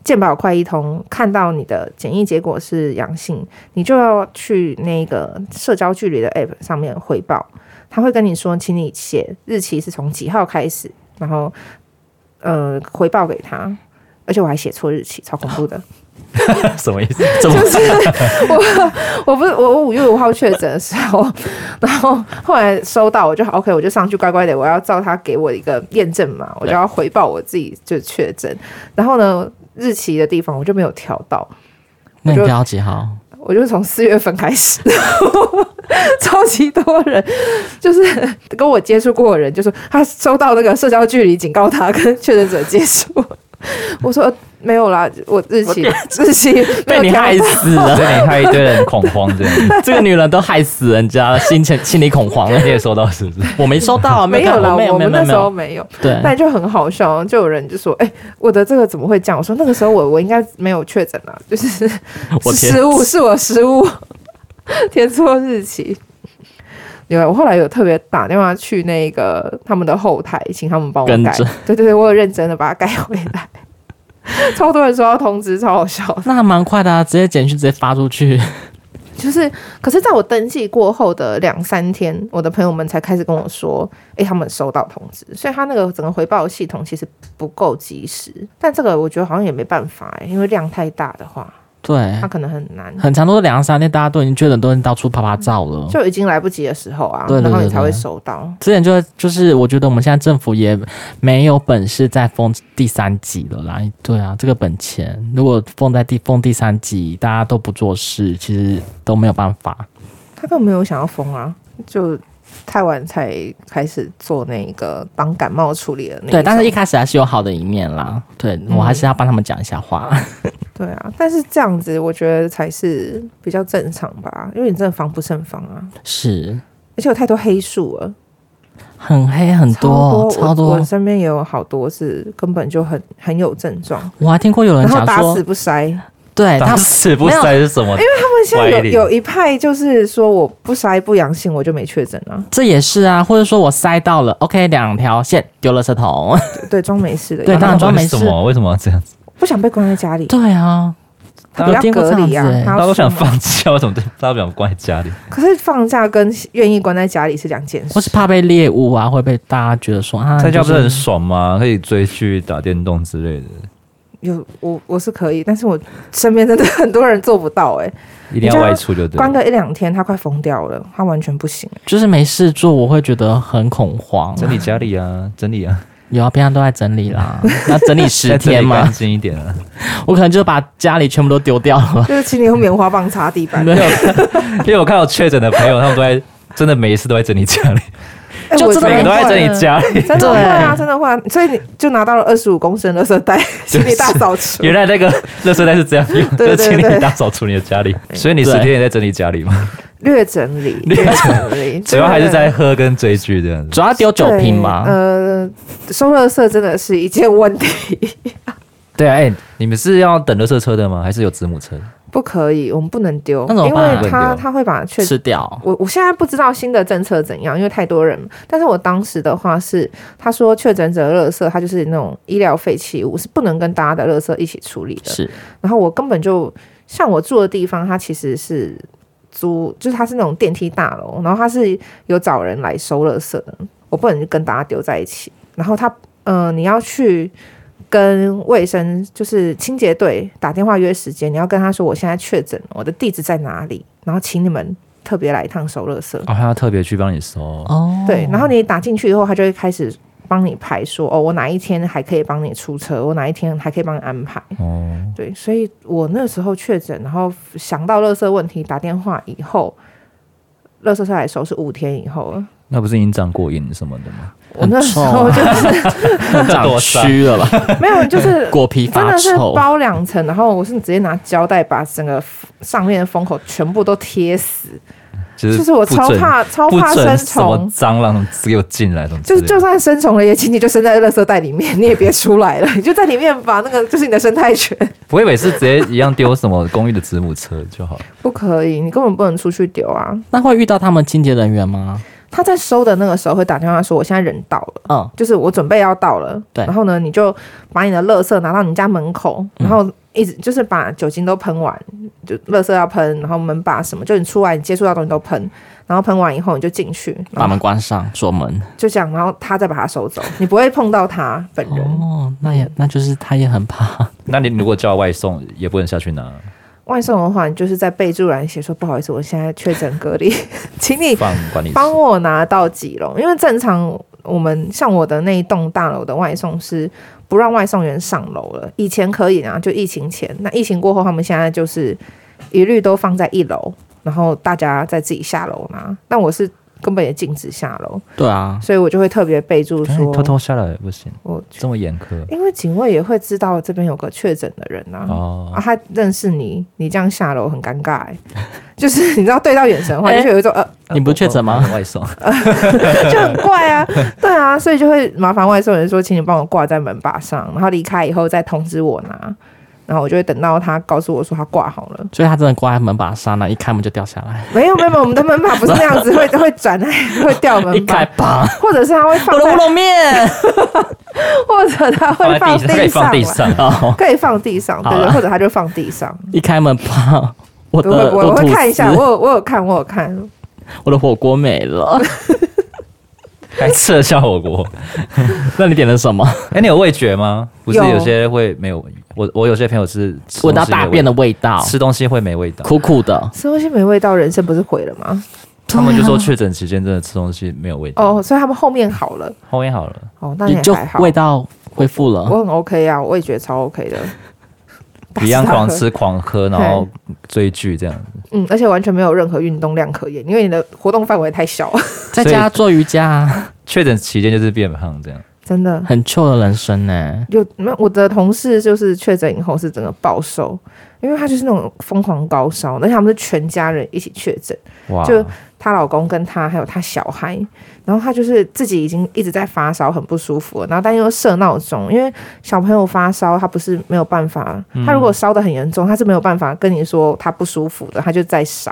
[SPEAKER 2] 健保快一通看到你的检疫结果是阳性，你就要去那个社交距离的 app 上面汇报，他会跟你说，请你写日期是从几号开始，然后呃回报给他。而且我还写错日期，超恐怖的。
[SPEAKER 3] 什么意思？
[SPEAKER 1] 怎么
[SPEAKER 2] 就是我我不是我我五月五号确诊的时候，然后后来收到我就 OK，我就上去乖乖的，我要照他给我一个验证码，我就要回报我自己就确诊。然后呢，日期的地方我就没有调到，
[SPEAKER 1] 那你标几号？
[SPEAKER 2] 我就从四月份开始， 超级多人，就是跟我接触过的人，就说他收到那个社交距离警告，他跟确诊者接触。 我说呃没有啦，我日期日期没
[SPEAKER 1] 被
[SPEAKER 2] 有
[SPEAKER 1] 你
[SPEAKER 2] 调
[SPEAKER 1] 害
[SPEAKER 2] 到
[SPEAKER 1] 死
[SPEAKER 3] 所
[SPEAKER 1] 了！
[SPEAKER 3] 以你害一堆人恐慌这样，
[SPEAKER 1] 这个女人都害死人家了，心情心理恐慌了。
[SPEAKER 3] 你也收到是不是？
[SPEAKER 1] 我哦没收到，
[SPEAKER 2] 没有
[SPEAKER 1] 有
[SPEAKER 2] 啦，
[SPEAKER 1] 没
[SPEAKER 2] 我
[SPEAKER 1] 没有
[SPEAKER 2] 们那
[SPEAKER 1] 没
[SPEAKER 2] 时候
[SPEAKER 1] 有。哎
[SPEAKER 2] 没有。
[SPEAKER 1] 对，
[SPEAKER 2] 但就很好笑，就有人就说：“哎、我的这个怎么会这样？”我说：“那个时候我我应该没有确诊啊，就是
[SPEAKER 1] 我
[SPEAKER 2] 是
[SPEAKER 1] 天
[SPEAKER 2] 失误，是我失误， 填错日期。”另外，我后来有特别打电话去那个他们的后台，请他们帮我
[SPEAKER 1] 跟
[SPEAKER 2] 改
[SPEAKER 1] 着。
[SPEAKER 2] 对对对，我有认真的把它改回来。超多人收到通知，超好笑的。
[SPEAKER 1] 那还蛮快的啊，直接简讯直接发出去。
[SPEAKER 2] 就是，可是在我登记过后的两三天，我的朋友们才开始跟我说，诶，他们收到通知，所以他那个整个回报系统其实不够及时。但这个我觉得好像也没办法、诶，因为量太大的话，
[SPEAKER 1] 对
[SPEAKER 2] 它，可能很难，
[SPEAKER 1] 很长都是两三天，大家都已经确诊，都已经到处啪啪照了。
[SPEAKER 2] 就已经来不及的时候啊，
[SPEAKER 1] 对对对
[SPEAKER 2] 然后你才会
[SPEAKER 1] 对
[SPEAKER 2] 收到。
[SPEAKER 1] 之前就就是，我觉得我们现在政府也没有本事再封第三级了啦。对啊，这个本钱如果封在第封第三级，大家都不做事，其实都没有办法。
[SPEAKER 2] 他根本没有想要封啊，就太晚才开始做那个帮感冒处理的那
[SPEAKER 1] 对，但是一
[SPEAKER 2] 种
[SPEAKER 1] 开始还是有好的一面啦。对我还是要帮他们讲一下话。
[SPEAKER 2] 对啊，但是这样子我觉得才是比较正常吧，因为你真的防不胜防啊，
[SPEAKER 1] 是，
[SPEAKER 2] 而且有太多黑数了。
[SPEAKER 1] 很黑很多，
[SPEAKER 2] 我
[SPEAKER 1] 超
[SPEAKER 2] 我
[SPEAKER 1] 多。
[SPEAKER 2] 身边也有好多是根本就很很有症状，
[SPEAKER 1] 我还听过有人
[SPEAKER 2] 然后
[SPEAKER 1] 讲
[SPEAKER 2] 打
[SPEAKER 1] 说
[SPEAKER 2] 死，不筛。
[SPEAKER 1] 对哎他
[SPEAKER 3] 打死不塞是什么？
[SPEAKER 2] 他们现在
[SPEAKER 3] 歪理
[SPEAKER 2] 有有一派就是说我不筛不阳性我就没确诊啊，
[SPEAKER 1] 这也是啊，或者说我塞到了，OK，两条线丢了圾桶。
[SPEAKER 2] 对，装没事的，
[SPEAKER 1] 对
[SPEAKER 2] 有没有
[SPEAKER 1] 当然装
[SPEAKER 3] 为什么？为什么要这样子？
[SPEAKER 2] 不想被关在家里，
[SPEAKER 1] 对啊，
[SPEAKER 2] 他
[SPEAKER 1] 我
[SPEAKER 2] 不要
[SPEAKER 1] 听过
[SPEAKER 2] 隔
[SPEAKER 1] 这样
[SPEAKER 2] 离啊
[SPEAKER 1] 子欸，
[SPEAKER 2] 他
[SPEAKER 3] 大
[SPEAKER 2] 要
[SPEAKER 3] 家都想
[SPEAKER 2] 出门。
[SPEAKER 3] 放假，为什么大家不想关在家里？
[SPEAKER 2] 可是放假跟愿意关在家里是两件
[SPEAKER 1] 我是。
[SPEAKER 2] 事
[SPEAKER 1] 怕被猎物啊，会被大家觉得说啊，
[SPEAKER 3] 在家
[SPEAKER 1] 就
[SPEAKER 3] 不是很爽吗？可以追剧、打电动之类的，
[SPEAKER 2] 有我我是可以，但是我身边真的 很多人做不到哎、
[SPEAKER 3] 一定要外出就对
[SPEAKER 2] 关
[SPEAKER 3] 了。
[SPEAKER 2] 个一两天他快疯掉了，他完全不行、
[SPEAKER 1] 就是没事做，我会觉得很恐慌。
[SPEAKER 3] 整理家里啊，整理啊，
[SPEAKER 1] 有啊，平常都在整理啦，要整理十
[SPEAKER 3] 再整理
[SPEAKER 1] 天嘛
[SPEAKER 3] 干，净一点啊。
[SPEAKER 1] 我可能就把家里全部都丢掉了。
[SPEAKER 2] 就是请你用棉花棒擦地板。
[SPEAKER 1] 没有，
[SPEAKER 3] 因为我看到确诊的朋友，他们都在真的每一次都在整理家里，
[SPEAKER 2] 哎
[SPEAKER 1] 就
[SPEAKER 2] 我
[SPEAKER 1] 真的
[SPEAKER 3] 每
[SPEAKER 2] 真
[SPEAKER 3] 个
[SPEAKER 2] 的
[SPEAKER 3] 都在
[SPEAKER 2] 会
[SPEAKER 3] 整理家里。
[SPEAKER 2] 真的会啊，
[SPEAKER 1] 对
[SPEAKER 2] 真的会啊，所以你就拿到了二十五公升的垃圾袋，请你大扫除。
[SPEAKER 3] 原来那个垃圾袋是这样用，就
[SPEAKER 2] 对对
[SPEAKER 3] 是
[SPEAKER 2] 对
[SPEAKER 3] 请你打扫除你的家里。所以你十天也在整理家里嘛，
[SPEAKER 2] 略整理，略整理，
[SPEAKER 3] 主要还是
[SPEAKER 2] 真的
[SPEAKER 3] 在喝跟追剧这样子。
[SPEAKER 1] 主要丢酒瓶
[SPEAKER 2] 对
[SPEAKER 1] 吧。
[SPEAKER 2] 呃，收垃圾真的是一件问题，
[SPEAKER 3] 对啊，哎、你们是要等垃圾车的吗？还是有子母车？
[SPEAKER 2] 不可以，我们不能丢，
[SPEAKER 1] 那怎么
[SPEAKER 2] 因
[SPEAKER 1] 办啊
[SPEAKER 2] 为
[SPEAKER 3] 不
[SPEAKER 2] 他
[SPEAKER 3] 能丢
[SPEAKER 2] 他会把确
[SPEAKER 1] 吃掉，
[SPEAKER 2] 我我现在不知道新的政策怎样，因为太多人。但是我当时的话是，他说确诊者垃圾，它就是那种医疗废弃物，是不能跟大家的垃圾一起处理的。
[SPEAKER 1] 是
[SPEAKER 2] 然后我根本就像我住的地方，它其实是租，就是它是那种电梯大楼，然后它是有找人来收垃圾的，我不能跟大家丢在一起。然后它，嗯、你要去跟卫生就是清洁队打电话约时间，你要跟他说我现在确诊，我的地址在哪里，然后请你们特别来一趟收垃圾。
[SPEAKER 3] 哦，他要特别去帮你收。
[SPEAKER 1] 哦，
[SPEAKER 2] 对，然后你打进去以后，他就会开始帮你排说，哦，我哪一天还可以帮你出车，我哪一天还可以帮你安排。
[SPEAKER 3] 哦，
[SPEAKER 2] 对，所以我那时候确诊，然后想到垃圾问题，打电话以后，垃圾车来收是五天以后了。
[SPEAKER 3] 那不是已经长过瘾什么的吗？
[SPEAKER 2] 我那时
[SPEAKER 3] 啊
[SPEAKER 2] 候就是
[SPEAKER 1] 长蛆了吧？
[SPEAKER 2] 没有，就是
[SPEAKER 1] 果皮
[SPEAKER 2] 真
[SPEAKER 1] 发
[SPEAKER 2] 的是
[SPEAKER 1] 臭，
[SPEAKER 2] 包两层，然后我是直接拿胶带把整个上面的封口全部都贴死，
[SPEAKER 3] 就
[SPEAKER 2] 就是是我
[SPEAKER 3] 不
[SPEAKER 2] 超
[SPEAKER 3] 准
[SPEAKER 2] 怕超
[SPEAKER 3] 不
[SPEAKER 2] 怕生
[SPEAKER 3] 准什么
[SPEAKER 2] 虫。
[SPEAKER 3] 蟑螂给我进来，什么
[SPEAKER 2] 就
[SPEAKER 3] 之类
[SPEAKER 2] 是
[SPEAKER 3] 的
[SPEAKER 2] 就算生虫了，也请你就生在垃圾袋里面，你也别出来了，你就在里面吧。那个就是你的生态圈，
[SPEAKER 3] 不会每次直接一样丢什么公寓的子母车就好了。
[SPEAKER 2] 不可以，你根本不能出去丢啊。
[SPEAKER 1] 那会遇到他们清洁人员吗？
[SPEAKER 2] 他在收的那个时候会打电话说：“我现在人到了，
[SPEAKER 1] 嗯，
[SPEAKER 2] 就是我准备要到了。”
[SPEAKER 1] 对
[SPEAKER 2] 然后呢，你就把你的垃圾拿到你家门口，
[SPEAKER 1] 嗯
[SPEAKER 2] 然后一直就是把酒精都喷完，就垃圾要喷，然后门把什么，就你出来你接触到的东西都喷，然后喷完以后你就进去，
[SPEAKER 1] 把
[SPEAKER 2] 然后
[SPEAKER 1] 门关上，锁门。
[SPEAKER 2] 就这样，然后他再把它收走，你不会碰到他本人。
[SPEAKER 1] 哦，那也那就是他也很怕。
[SPEAKER 3] 那你如果叫外送，也不能下去拿，
[SPEAKER 2] 外送的话，你就是在备注栏写说：“不好意思，我现在确诊隔离， 请你
[SPEAKER 3] 放管理室。
[SPEAKER 2] 帮我拿到几笼，因为正常我们像我的那一栋大楼的外送是不让外送员上楼了，以前可以啊，就疫情前，那疫情过后，他们现在就是一律都放在一楼，然后大家再自己下楼拿。但我是根本也禁止下楼，
[SPEAKER 1] 对啊，
[SPEAKER 2] 所以我就会特别备注
[SPEAKER 3] 哎
[SPEAKER 2] 说，
[SPEAKER 3] 偷偷下来也不行，
[SPEAKER 2] 我
[SPEAKER 3] 这么严苛
[SPEAKER 2] 因为警卫也会知道这边有个确诊的人啊。啊，
[SPEAKER 3] 哦。
[SPEAKER 2] 他认识你，你这样下楼很尴尬、欸，就是你知道对到眼神的话，
[SPEAKER 1] 哎
[SPEAKER 2] 就有一种呃，
[SPEAKER 1] 你不确诊吗
[SPEAKER 3] 我帮你 外送，
[SPEAKER 2] 就很怪啊，对啊，所以就会麻烦外送人说，请你帮我挂在门把上，然后离开以后再通知我拿，然后我就会等到他告诉我说他挂好了。
[SPEAKER 1] 所以他真的挂在门把上，那一开门就掉下来，
[SPEAKER 2] 没有没有，没有我们的门把不是那样子，会会转来会掉
[SPEAKER 1] 一
[SPEAKER 2] 门
[SPEAKER 1] 开
[SPEAKER 2] 把，
[SPEAKER 1] 吧，
[SPEAKER 2] 或者是他会
[SPEAKER 1] 我
[SPEAKER 2] 放
[SPEAKER 1] 的乌
[SPEAKER 2] 在，
[SPEAKER 1] 龙面。
[SPEAKER 2] 或者他会放
[SPEAKER 3] 地可以放地
[SPEAKER 2] 上啦，
[SPEAKER 3] 上哦。
[SPEAKER 2] 可以放地上，对
[SPEAKER 1] 好
[SPEAKER 2] 对，
[SPEAKER 1] 啦
[SPEAKER 2] 或者他就放地上。
[SPEAKER 1] 一开门啪，我
[SPEAKER 2] 我
[SPEAKER 1] 的
[SPEAKER 2] 会我
[SPEAKER 1] 呃我
[SPEAKER 2] 会
[SPEAKER 1] 吐
[SPEAKER 2] 看一下，
[SPEAKER 1] 司
[SPEAKER 2] 我有我有看我有看，
[SPEAKER 1] 我的火锅没了。
[SPEAKER 3] 还吃了下火 锅。
[SPEAKER 1] 那你点了什么？
[SPEAKER 3] 哎，你有味觉吗？不是
[SPEAKER 2] 有
[SPEAKER 3] 有些会没有，我我有些朋友是吃
[SPEAKER 1] 闻到
[SPEAKER 3] 东西没
[SPEAKER 1] 大
[SPEAKER 3] 味
[SPEAKER 1] 便的味道，
[SPEAKER 3] 吃东西会没味道。
[SPEAKER 1] 苦苦的。
[SPEAKER 2] 吃东西没味道，人生不是毁了吗？
[SPEAKER 3] 他们就 说确诊期间真的吃东西没有味道。
[SPEAKER 2] 哦，所以他们后面好了，
[SPEAKER 3] 后面好了，
[SPEAKER 2] 哦，那
[SPEAKER 1] 你
[SPEAKER 2] 也
[SPEAKER 1] 就
[SPEAKER 2] 还好，
[SPEAKER 1] 味道恢复了。
[SPEAKER 2] 我很 OK 啊，我也觉得超 OK 的。
[SPEAKER 3] 一样狂吃狂喝，然后追剧这样。
[SPEAKER 2] 嗯，而且完全没有任何运动量可言，因为你的活动范围太小，
[SPEAKER 1] 在家做瑜伽，
[SPEAKER 3] 确诊期间就是变胖这样。
[SPEAKER 2] 真的。
[SPEAKER 1] 很臭的人生呢、
[SPEAKER 2] 有没有我的同事就是确诊以后是整个暴瘦，因为他就是那种疯狂高烧，而且他们是全家人一起确诊，
[SPEAKER 3] 哇，
[SPEAKER 2] 就她老公跟她还有她小孩，然后她就是自己已经一直在发烧，很不舒服了，然后但又设闹钟，因为小朋友发烧，他不是没有办法，
[SPEAKER 1] 嗯
[SPEAKER 2] 他如果烧得很严重，他是没有办法跟你说他不舒服的，他就在烧，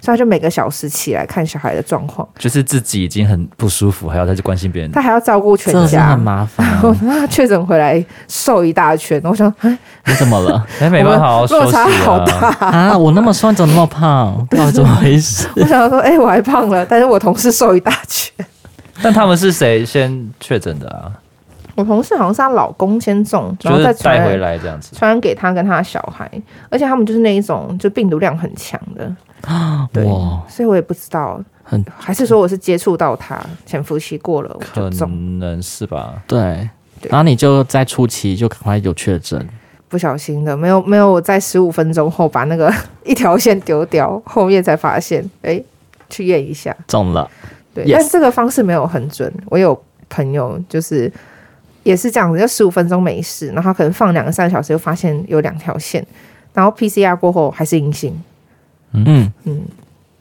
[SPEAKER 2] 所以他就每个小时起来看小孩的状况。
[SPEAKER 3] 就是自己已经很不舒服，还要再去关心别人。
[SPEAKER 2] 他还要照顾全
[SPEAKER 1] 真的是
[SPEAKER 2] 家
[SPEAKER 1] 很。麻烦。
[SPEAKER 2] 我他确诊回来瘦一大圈，我想嗯哎
[SPEAKER 1] 你怎么了
[SPEAKER 3] 哎，没办法，好好
[SPEAKER 2] 落
[SPEAKER 3] 休息
[SPEAKER 2] 差好
[SPEAKER 3] 啊。
[SPEAKER 1] 啊？我那么瘦，你怎么那么 胖？到底怎么回 事？
[SPEAKER 2] 我想说，哎、我还胖了，但是我同事瘦一大圈。
[SPEAKER 3] 但他们是谁先确诊的啊？
[SPEAKER 2] 我同事好像是她老公先中，然
[SPEAKER 3] 就
[SPEAKER 2] 后再
[SPEAKER 3] 是
[SPEAKER 2] 传
[SPEAKER 3] 带
[SPEAKER 2] 染
[SPEAKER 3] 回来这样子。
[SPEAKER 2] 传染给她跟她的小孩，而且他们就是那一种就病毒量很强的，对
[SPEAKER 1] 哇，
[SPEAKER 2] 所以我也不知道，
[SPEAKER 1] 很
[SPEAKER 2] 还是说我是接触到它潜伏期过了我
[SPEAKER 3] 可
[SPEAKER 2] 就中，
[SPEAKER 3] 能是吧。
[SPEAKER 1] 对。
[SPEAKER 2] 对
[SPEAKER 1] 然后你就在初期就赶快有确诊，
[SPEAKER 2] 不小心的，没有没有，我在十五分钟后把那个 一条线丢掉，后面才发现，哎，去验一下。
[SPEAKER 1] 中了，
[SPEAKER 2] 对
[SPEAKER 1] Yes
[SPEAKER 2] 但这个方式没有很准。我有朋友就是也是这样子，就十五分钟没事，然后他可能放两个三个小时，就发现有两条线，然后 PCR 过后还是阴性，
[SPEAKER 1] 嗯，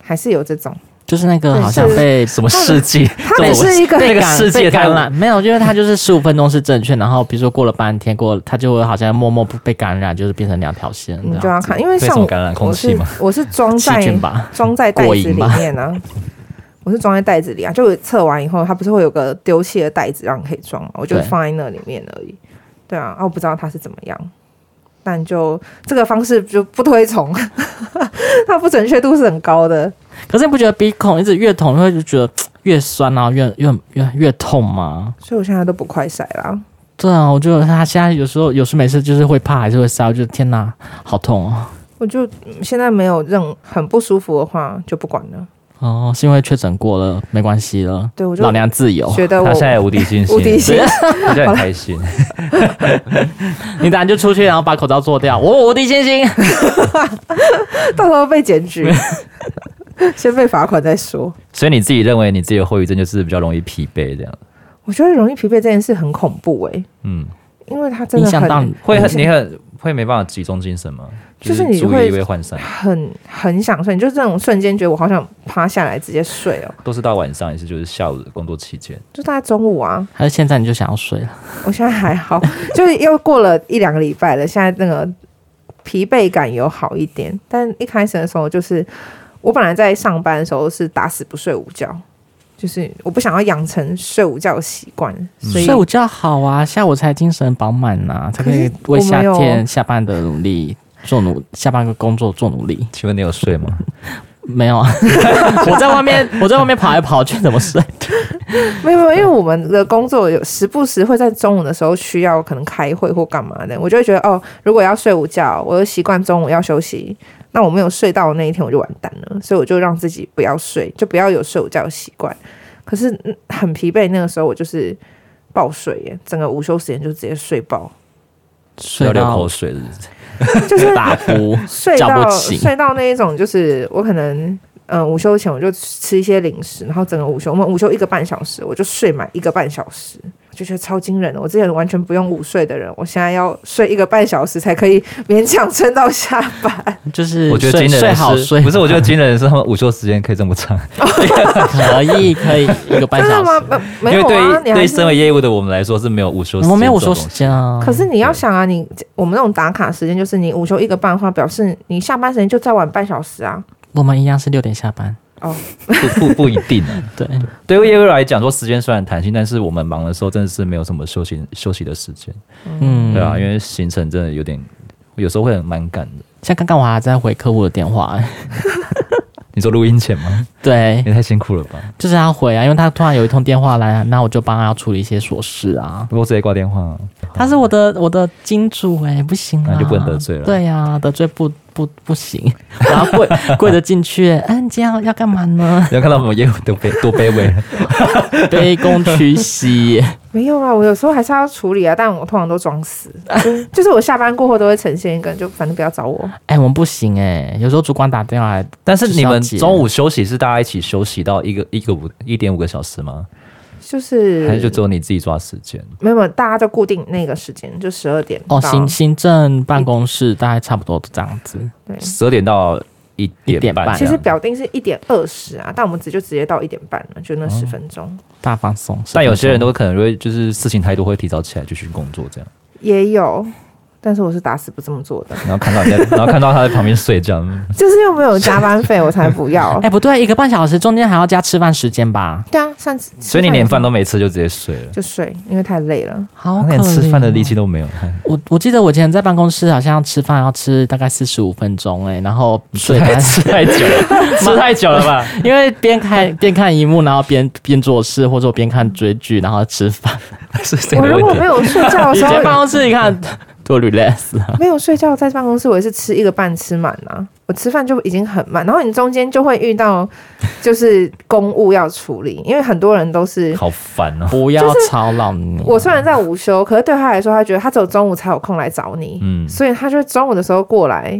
[SPEAKER 2] 还是有这种。
[SPEAKER 1] 就是那个
[SPEAKER 2] 对
[SPEAKER 1] 好像
[SPEAKER 2] 是
[SPEAKER 1] 被
[SPEAKER 3] 什么世纪？
[SPEAKER 2] 他
[SPEAKER 3] 这
[SPEAKER 2] 只
[SPEAKER 3] 我
[SPEAKER 2] 是一个
[SPEAKER 3] 这
[SPEAKER 1] 被
[SPEAKER 3] 个
[SPEAKER 1] 感
[SPEAKER 3] 世界
[SPEAKER 1] 被
[SPEAKER 3] 太
[SPEAKER 1] 感染，没有，因为他就是十五分钟是正确，然后比如说过了半天，过了他就会好像默默不被感染，就是变成两条线
[SPEAKER 2] 你
[SPEAKER 1] 这
[SPEAKER 2] 就
[SPEAKER 1] 样
[SPEAKER 2] 要看，因为
[SPEAKER 3] 被
[SPEAKER 2] 像
[SPEAKER 3] 什么
[SPEAKER 2] 我
[SPEAKER 3] 感染空
[SPEAKER 2] 我
[SPEAKER 3] 气
[SPEAKER 2] 是
[SPEAKER 3] 吗？
[SPEAKER 2] 我是装
[SPEAKER 1] 细
[SPEAKER 2] 在
[SPEAKER 1] 菌吧，
[SPEAKER 2] 装在袋
[SPEAKER 1] 过
[SPEAKER 2] 子
[SPEAKER 1] 瘾
[SPEAKER 2] 里
[SPEAKER 1] 吧
[SPEAKER 2] 面啊。我是装在袋子里啊，就我测完以后，它不是会有个丢弃的袋子让你可以装嘛，我就
[SPEAKER 1] 对
[SPEAKER 2] 放在那里面而已。对啊，啊，我不知道它是怎么样，但就这个方式就不推崇， 它不准确度是很高的。
[SPEAKER 1] 可是你不觉得鼻孔一直越捅，会就觉得嘖越酸然后越越越越痛吗？
[SPEAKER 2] 所以我现在都不快筛啦。
[SPEAKER 1] 对啊，我觉得他现在有时候有时没事就是会怕，还是会烧，就天哪，好痛哦！
[SPEAKER 2] 我就嗯现在没有任很不舒服的话就不管了。
[SPEAKER 1] 哦，是因为确诊过了，没关系了，
[SPEAKER 2] 对我就
[SPEAKER 1] 老娘自由。
[SPEAKER 2] 觉呃得我
[SPEAKER 3] 他现在无敌信心，
[SPEAKER 2] 无敌心，
[SPEAKER 3] 他现在很开心。
[SPEAKER 1] 你等下就出去，然后把口罩做掉，哦我无敌星星。
[SPEAKER 2] 到时候被检 举，先被罚款再说。
[SPEAKER 3] 所以你自己认为你自己的后遗症就是比较容易疲惫这样？
[SPEAKER 2] 我觉得容易疲惫这件事很恐怖哎、
[SPEAKER 3] 嗯，
[SPEAKER 2] 因为它真
[SPEAKER 1] 影
[SPEAKER 2] 的
[SPEAKER 1] 响到你
[SPEAKER 2] 很
[SPEAKER 3] 会很你很会没办法集中精神吗？
[SPEAKER 2] 就是你
[SPEAKER 3] 注
[SPEAKER 2] 会
[SPEAKER 3] 意力会涣散，
[SPEAKER 2] 很很想睡，你就这种瞬间觉得我好想趴下来直接睡哦，
[SPEAKER 3] 都是到晚上，也是就是下午的工作期间。
[SPEAKER 2] 就大概中午啊，
[SPEAKER 1] 还是现在你就想要睡了？
[SPEAKER 2] 我现在还好， 就是又过了一两个礼拜了，现在那个疲惫感有好一点，但一开始的时候就是我本来在上班的时候是打死不睡午觉。就是我不想要养成睡午觉的习惯，所以
[SPEAKER 1] 睡午觉好啊，下午才精神饱满呐，嗯才可以为夏
[SPEAKER 2] 可是我没有
[SPEAKER 1] 天下班的努力做努，下班的工作做努力。
[SPEAKER 3] 请问你有睡吗？
[SPEAKER 1] 没有啊， 我在外 面，我在外面跑来跑去，怎么睡？
[SPEAKER 2] 没有没有，因为我们的工作有时不时会在中午的时候需要可能开会或干嘛的，我就会觉得哦，如果要睡午觉，我就习惯中午要休息，那我没有睡到的那一天我就完蛋了，所以我就让自己不要睡，就不要有睡午觉的习惯。可是嗯很疲惫，那个时候我就是爆睡耶，整个午休时间就直接睡爆，
[SPEAKER 1] 睡
[SPEAKER 3] 要流
[SPEAKER 1] 到
[SPEAKER 3] 口水是不是？
[SPEAKER 2] 就是
[SPEAKER 1] 打呼，
[SPEAKER 2] 睡
[SPEAKER 1] 叫
[SPEAKER 2] 到
[SPEAKER 1] 不醒
[SPEAKER 2] 睡到那一种，就是我可能嗯午休前我就吃一些零食，然后整个午休我们午休一个半小时，我就睡满一个半小时，我就觉得超惊人的。我之前完全不用午睡的人，我现在要睡一个半小时才可以 勉强撑到下班。
[SPEAKER 1] 就是
[SPEAKER 3] 我觉得
[SPEAKER 1] 睡
[SPEAKER 3] 惊人
[SPEAKER 1] 睡
[SPEAKER 3] 的
[SPEAKER 1] 好
[SPEAKER 3] 是
[SPEAKER 1] 睡，
[SPEAKER 3] 不是？我觉得惊人的是他们午休时间可以这么长，
[SPEAKER 1] 可以可以一个半
[SPEAKER 2] 真的
[SPEAKER 1] 小
[SPEAKER 2] 吗
[SPEAKER 1] 时，？
[SPEAKER 2] 呃
[SPEAKER 3] 因
[SPEAKER 2] 没
[SPEAKER 3] 为
[SPEAKER 2] 有啊，你
[SPEAKER 3] 对于对
[SPEAKER 2] 还
[SPEAKER 3] 于
[SPEAKER 2] 是
[SPEAKER 3] 身为业务的我们来说是没有午休时间这种东西，
[SPEAKER 1] 我没有说时间啊。
[SPEAKER 2] 可是你要想啊，你我们那种打卡时间就是你午休一个半的话，表示你下班时间就再晚半小时啊。
[SPEAKER 1] 我们一样是六点下班，
[SPEAKER 3] 不不不一定啊。
[SPEAKER 1] 对，
[SPEAKER 3] 对于业务来讲，说时间虽然弹性，但是我们忙的时候真的是没有什么休息休息的时间，
[SPEAKER 1] 嗯，
[SPEAKER 3] 对啊，因为行程真的有点，有时候会很蛮赶的。
[SPEAKER 1] 像刚刚我还在回客户的电话、哎
[SPEAKER 3] 你说录音前 吗？
[SPEAKER 1] 对，
[SPEAKER 3] 也太辛苦了吧！
[SPEAKER 1] 就是要回啊，因为他突然有一通电话来，那我就帮他要处理一些琐事啊。
[SPEAKER 3] 不过直接挂电话啊，
[SPEAKER 1] 他是我的我的金主哎、不行啊，
[SPEAKER 3] 那就不能得罪了
[SPEAKER 1] 对呀、啊得罪不不不 行，然后跪跪着进去、哎嗯，你今天要要干嘛 呢？
[SPEAKER 3] 你要看到我们业务多卑多卑微了。
[SPEAKER 1] 卑躬屈膝、
[SPEAKER 2] 没有啊，我有时候还是要处理啊，但我通常都装死，就是就是我下班过后都会呈现一个，就反正不要找我。
[SPEAKER 1] 哎、我们不行哎、有时候主管打电话来，
[SPEAKER 3] 但是你们
[SPEAKER 1] 就是要解
[SPEAKER 3] 中午休息是大家一起休息到一个一个五一点五个小时吗？
[SPEAKER 2] 就是
[SPEAKER 3] 还是就只有你自己抓时间？
[SPEAKER 2] 没有没有，大家就固定那个时间，就十二点
[SPEAKER 1] 哦，
[SPEAKER 2] 到
[SPEAKER 1] 行行政办公室大概差不多都这样子，
[SPEAKER 2] 对。
[SPEAKER 3] 十二点到一点半
[SPEAKER 1] 1:30
[SPEAKER 3] 这
[SPEAKER 2] 其
[SPEAKER 3] 样，
[SPEAKER 2] 实表定是一点二十啊，但我们直就直接到一点半了，就那十分钟、
[SPEAKER 3] 哦
[SPEAKER 1] 大放松。
[SPEAKER 3] 但有些人都可能会就是事情太多，会提早起来继续工作这样。
[SPEAKER 2] 也有，但是我是打死不这么做的，
[SPEAKER 3] 然后看到人 家，然后看到他在旁边睡这样，
[SPEAKER 2] 就是又没有加班费，我才不要
[SPEAKER 1] 哎、。不对，一个半小时中间还要加吃饭时间吧，
[SPEAKER 2] 对啊，上次
[SPEAKER 3] 所以你连饭都没吃就直接睡了，
[SPEAKER 2] 就睡，因为太累了。
[SPEAKER 1] 好
[SPEAKER 3] 他
[SPEAKER 1] 可
[SPEAKER 3] 连
[SPEAKER 1] 怜
[SPEAKER 3] 吃饭的
[SPEAKER 1] 哦
[SPEAKER 3] 力气都没有。
[SPEAKER 1] 我我记得我以前在办公室好像吃饭要吃大概四十五分钟哎、然后睡大
[SPEAKER 3] 太
[SPEAKER 1] 概
[SPEAKER 3] 吃太久 了，吃太久了吧？
[SPEAKER 1] 因为边看边看荧幕，然后边边做事，或者我边看追剧，然后吃饭。
[SPEAKER 3] 是这
[SPEAKER 2] 我
[SPEAKER 3] 个
[SPEAKER 2] 如果
[SPEAKER 3] 问
[SPEAKER 2] 没
[SPEAKER 3] 题。
[SPEAKER 2] 有睡觉的
[SPEAKER 1] 以
[SPEAKER 2] 时 候
[SPEAKER 1] 前，办公室你看，给我哦 relax 啊。
[SPEAKER 2] 没有睡觉在办公室，我也是吃一个半吃满啊。我吃饭就已经很慢，然后你中间就会遇到就是公务要处理，因为很多人都是。
[SPEAKER 3] 好烦哦。
[SPEAKER 1] 不要吵扰你。
[SPEAKER 2] 我虽然在午休，可是对他来说，他觉得他只有中午才有空来找你，
[SPEAKER 3] 嗯，
[SPEAKER 2] 所以他就中午的时候过来。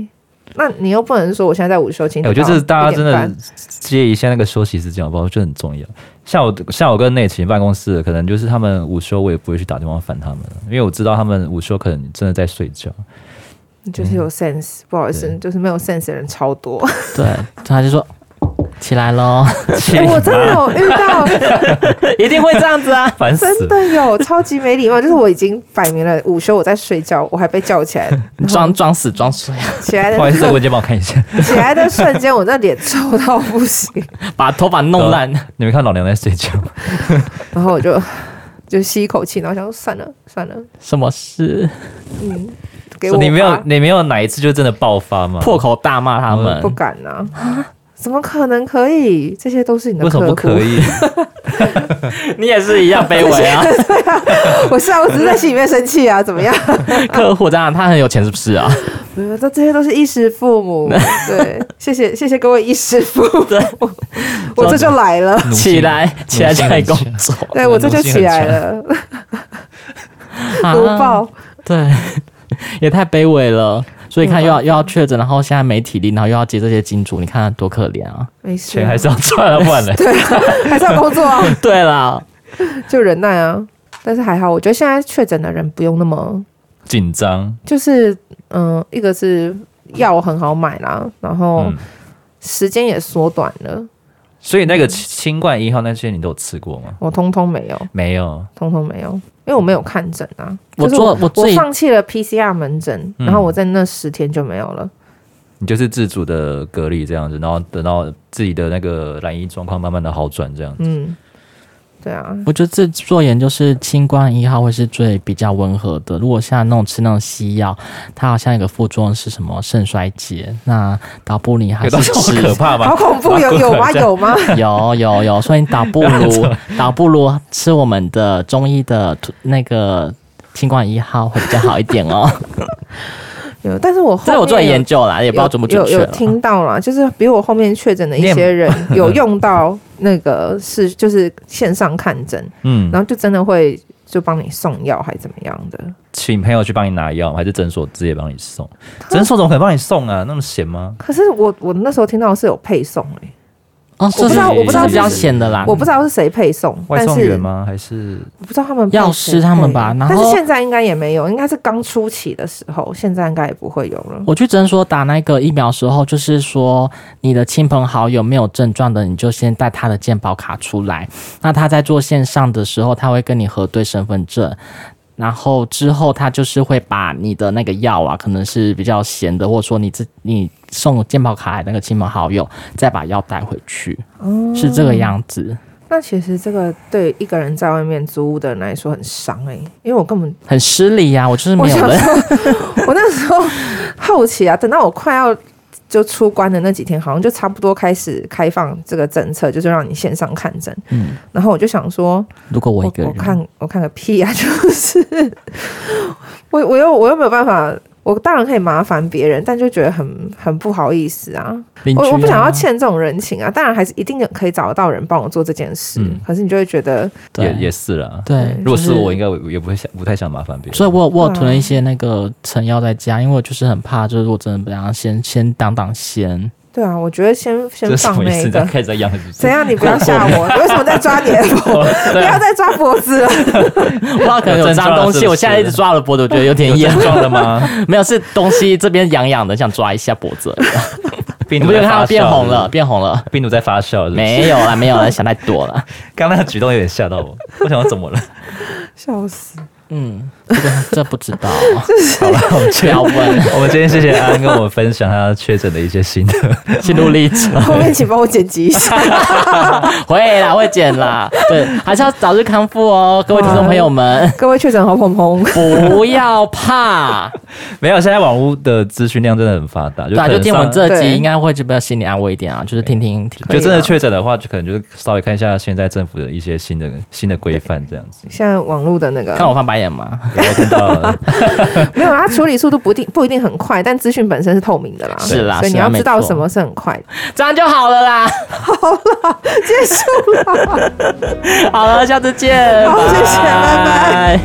[SPEAKER 2] 那你又不能说我现在在午休，请你
[SPEAKER 3] 哎我觉得
[SPEAKER 2] 到
[SPEAKER 3] 这是大家真
[SPEAKER 2] 1:30
[SPEAKER 3] 的接一下那个休息时间，好不好？我觉得很重要。像我像我跟内勤办公室的，可能就是他们午休，我也不会去打电话烦他们，因为我知道他们午休可能真的在睡觉。
[SPEAKER 2] 就是有 sense，、不好意思
[SPEAKER 3] 嗯对，
[SPEAKER 2] 就是没有 sense 的人超多。
[SPEAKER 1] 对，他就说起来喽，
[SPEAKER 2] 哎我真的有遇到，
[SPEAKER 1] 一定会这样子啊。
[SPEAKER 3] 烦死
[SPEAKER 2] 真
[SPEAKER 3] 了！
[SPEAKER 2] 的有超级没礼貌，就是我已经摆明了午休我在睡觉，我还被叫起来，
[SPEAKER 1] 你 装装死装睡，
[SPEAKER 2] 起来
[SPEAKER 3] 不好意
[SPEAKER 2] 的
[SPEAKER 3] 思，文杰帮我看一下，
[SPEAKER 2] 起来的瞬间，我那脸臭到不行，
[SPEAKER 1] 把头发弄烂。
[SPEAKER 3] 你们看老娘在睡觉，
[SPEAKER 2] 然后我就就吸一口气，然后想说算了算了，
[SPEAKER 1] 什么事？
[SPEAKER 2] 嗯，给我吧
[SPEAKER 3] 你没有你没有哪一次就真的爆发吗？
[SPEAKER 1] 破口大骂他们
[SPEAKER 3] 嗯
[SPEAKER 2] 不。敢呐、啊， 怎么可能可以？这些都是你的
[SPEAKER 3] 为什
[SPEAKER 2] 客
[SPEAKER 3] 么
[SPEAKER 2] 户，
[SPEAKER 3] 不可以？
[SPEAKER 1] 你也是一样卑微 啊，
[SPEAKER 2] 我是啊，我只是在心里面生气啊，怎么样？
[SPEAKER 1] 客户当然他很有钱是不是啊？
[SPEAKER 2] 没有，这这些都是衣食父 母，对，谢谢谢谢各位衣食父母， 我这就来了。
[SPEAKER 3] 奴性
[SPEAKER 1] 起来，起来
[SPEAKER 3] 奴性
[SPEAKER 1] 起来工作
[SPEAKER 2] 对，我这就起来了，
[SPEAKER 1] 啊
[SPEAKER 2] 读报，
[SPEAKER 1] 对，也太卑微了。所以
[SPEAKER 2] 嗯
[SPEAKER 1] 看又要又要确诊，然后现在没体力，然后又要接这些金主，你看多可怜啊！
[SPEAKER 2] 没事
[SPEAKER 3] 钱
[SPEAKER 2] 啊，
[SPEAKER 3] 还是要赚啊，不然嘞。
[SPEAKER 2] 对啊，还是要工作啊。
[SPEAKER 1] 对啦，
[SPEAKER 2] 就忍耐啊。但是还好，我觉得现在确诊的人不用那么，
[SPEAKER 3] 紧张，
[SPEAKER 2] 就是嗯、一个是药很好买啦，然后
[SPEAKER 3] 嗯，
[SPEAKER 2] 时间也缩短了。
[SPEAKER 3] 所以那个新冠一号那些你都有吃过吗？
[SPEAKER 2] 我通通没有，
[SPEAKER 3] 没有，
[SPEAKER 2] 通通没有，因为我没有看诊啊。
[SPEAKER 1] 我
[SPEAKER 2] 就是
[SPEAKER 1] 做
[SPEAKER 2] 我
[SPEAKER 1] 我
[SPEAKER 2] 我
[SPEAKER 1] 最
[SPEAKER 2] 放弃了 PCR 门诊，
[SPEAKER 3] 嗯
[SPEAKER 2] 然后我在那十天就没有了。
[SPEAKER 3] 你就是自主的隔离这样子，然后等到自己的那个染疫状况慢慢的好转这样子。
[SPEAKER 2] 嗯，对啊，
[SPEAKER 1] 我觉得这做研究是新冠一号会是最比较温和的。如果像那种吃那种西药，它好像有个副作用是什么肾衰竭，那导不你还
[SPEAKER 3] 有
[SPEAKER 1] 啊是
[SPEAKER 3] 到这
[SPEAKER 1] 吃
[SPEAKER 3] 么可怕
[SPEAKER 2] 好
[SPEAKER 3] 吗？
[SPEAKER 2] 恐怖，有有吗？有吗？
[SPEAKER 1] 有有有，所以倒不如倒不如吃我们的中医的土那个清冠一号会比较好一点哦。
[SPEAKER 2] 有，但是我后
[SPEAKER 1] 这
[SPEAKER 2] 面
[SPEAKER 1] 是我做的
[SPEAKER 2] 有
[SPEAKER 1] 研究啦，也不知道准不准
[SPEAKER 2] 有
[SPEAKER 1] 确啊
[SPEAKER 2] 有有
[SPEAKER 1] 了。
[SPEAKER 2] 听到啦，就是比我后面确诊的一些人
[SPEAKER 1] 嗯
[SPEAKER 2] 有用到那个是就是线上看诊，
[SPEAKER 3] 嗯
[SPEAKER 2] 然，后就真的会就帮你送药还怎么样的。
[SPEAKER 3] 请朋友去帮你拿药，还是诊所直接帮你送？诊所怎么可能帮你送啊？那么闲吗？
[SPEAKER 2] 可是我我那时候听到是有配送哎、
[SPEAKER 1] 哦，
[SPEAKER 2] 我不知道
[SPEAKER 1] 这是
[SPEAKER 2] 我不知道
[SPEAKER 1] 这是比
[SPEAKER 2] 是
[SPEAKER 1] 较显的啦。
[SPEAKER 2] 我不知道是谁配送，
[SPEAKER 1] 嗯
[SPEAKER 3] 外
[SPEAKER 2] 但
[SPEAKER 3] 送
[SPEAKER 2] 是
[SPEAKER 3] 员吗？还是
[SPEAKER 2] 我不知道他们配
[SPEAKER 1] 药
[SPEAKER 2] 谁
[SPEAKER 1] 师他们吧
[SPEAKER 2] 配
[SPEAKER 1] 然
[SPEAKER 2] 但是
[SPEAKER 1] 后
[SPEAKER 2] 现在应该也没有，应该是刚初期的时候，现在应该也不会有了。
[SPEAKER 1] 我去诊所打那个疫苗的时候，就是说你的亲朋好友没有症状的，你就先带他的健保卡出来。那他在做线上的时候，他会跟你核对身份证，然后之后他就是会把你的那个药啊，可能是比较咸的，或者说你自你送健保卡来那个亲朋好友，再把药带回去，是这个样子，
[SPEAKER 2] 那其实这个对一个人在外面租屋的人来说很伤哎、因为我根本
[SPEAKER 1] 很失礼呀、我就是没有
[SPEAKER 2] 我想
[SPEAKER 1] 人，
[SPEAKER 2] 我那时候好奇啊，等到我快要就出关的那几天，好像就差不多开始开放这个政策，就是让你线上看诊。
[SPEAKER 1] 嗯，
[SPEAKER 2] 然后我就想说，
[SPEAKER 1] 如果我一
[SPEAKER 2] 我
[SPEAKER 1] 个人，
[SPEAKER 2] 看我看个屁啊！就是 我我又我又没有办法，我当然可以麻烦别人，但就觉得很很不好意思啊。
[SPEAKER 1] 邻居啊
[SPEAKER 2] 我我不想要欠这种人情啊，当然还是一定可以找得到人帮我做这件事。
[SPEAKER 3] 嗯
[SPEAKER 2] 可是你就会觉得，
[SPEAKER 1] 对
[SPEAKER 3] 也也是啦。
[SPEAKER 1] 对，
[SPEAKER 3] 如果
[SPEAKER 1] 就是
[SPEAKER 3] 我，应该我也不会想，不太想麻烦别人。
[SPEAKER 1] 所以我我有
[SPEAKER 2] 对啊
[SPEAKER 1] 囤了一些那个成药在家，因为我就是很怕，就是我真的不想先先挡挡先。
[SPEAKER 2] 对啊，我觉得先
[SPEAKER 3] 这
[SPEAKER 2] 先
[SPEAKER 3] 是什
[SPEAKER 2] 放
[SPEAKER 3] 么意
[SPEAKER 2] 那
[SPEAKER 3] 思？他
[SPEAKER 2] 个。
[SPEAKER 3] 开始在养是不
[SPEAKER 2] 怎
[SPEAKER 3] 是？
[SPEAKER 2] 样？你不要 吓我！你为什么在抓你的脖？
[SPEAKER 1] 哦
[SPEAKER 2] 不
[SPEAKER 3] 对
[SPEAKER 2] 要
[SPEAKER 3] 啊，
[SPEAKER 2] 再抓脖子了。
[SPEAKER 1] 我不知道可能有脏东西，我现在一直抓了脖子，我觉得有点
[SPEAKER 3] 有
[SPEAKER 1] 痒
[SPEAKER 3] 症。状了吗？
[SPEAKER 1] 没有，是东西这边痒痒的，想抓一下脖子而已。
[SPEAKER 3] 病
[SPEAKER 1] 你
[SPEAKER 3] 毒
[SPEAKER 1] 不觉
[SPEAKER 3] 在
[SPEAKER 1] 得它
[SPEAKER 3] 发
[SPEAKER 1] 变
[SPEAKER 3] 酵
[SPEAKER 1] 红了，，变红 了？
[SPEAKER 3] 病毒在发酵是不是。
[SPEAKER 1] 没有啦，没有啦，想太多了。
[SPEAKER 3] 刚刚那个举动有点吓到我，我想说怎么了？
[SPEAKER 2] 笑 死！
[SPEAKER 1] 嗯， 这个这不知道，
[SPEAKER 3] 好了，我们
[SPEAKER 1] 不
[SPEAKER 3] 今天
[SPEAKER 1] 要问，
[SPEAKER 3] 哦 我们今天谢谢安跟我们分享他确诊的一些心得。
[SPEAKER 1] 心路历程。
[SPEAKER 2] 后面请帮我剪辑一下。
[SPEAKER 1] 会啦，会减啦。对，还是要早 日康复哦，各位听众朋友们，
[SPEAKER 2] 各位确诊好捧捧，
[SPEAKER 1] 不要怕，
[SPEAKER 3] 没有，现在网络的资讯量真的很发达，就
[SPEAKER 1] 对啊，
[SPEAKER 3] 可
[SPEAKER 1] 就
[SPEAKER 3] 能
[SPEAKER 1] 听我们
[SPEAKER 3] 上，
[SPEAKER 1] 这集
[SPEAKER 2] 对
[SPEAKER 1] 应该会比较心理安慰一点啊，就是听听听
[SPEAKER 2] 可以
[SPEAKER 3] 就真的
[SPEAKER 2] 啦
[SPEAKER 3] 确诊的话，就可能就是稍微看一下现在政府的一些新的新的规范这样子。
[SPEAKER 2] 现在网络的那个
[SPEAKER 1] 看我翻白眼吗？
[SPEAKER 3] 对我听到了，
[SPEAKER 2] 没有，它处理速度不一定不一定很快，但资讯本身是透明的啦，
[SPEAKER 1] 是啦
[SPEAKER 2] 所以你
[SPEAKER 1] 是啦啊
[SPEAKER 2] 要知道
[SPEAKER 1] 没错
[SPEAKER 2] 什么是很快的。
[SPEAKER 1] 这样就好了啦，
[SPEAKER 2] 结束了。
[SPEAKER 1] 好了，下次见，
[SPEAKER 2] 好谢谢拜
[SPEAKER 1] 拜
[SPEAKER 2] 拜。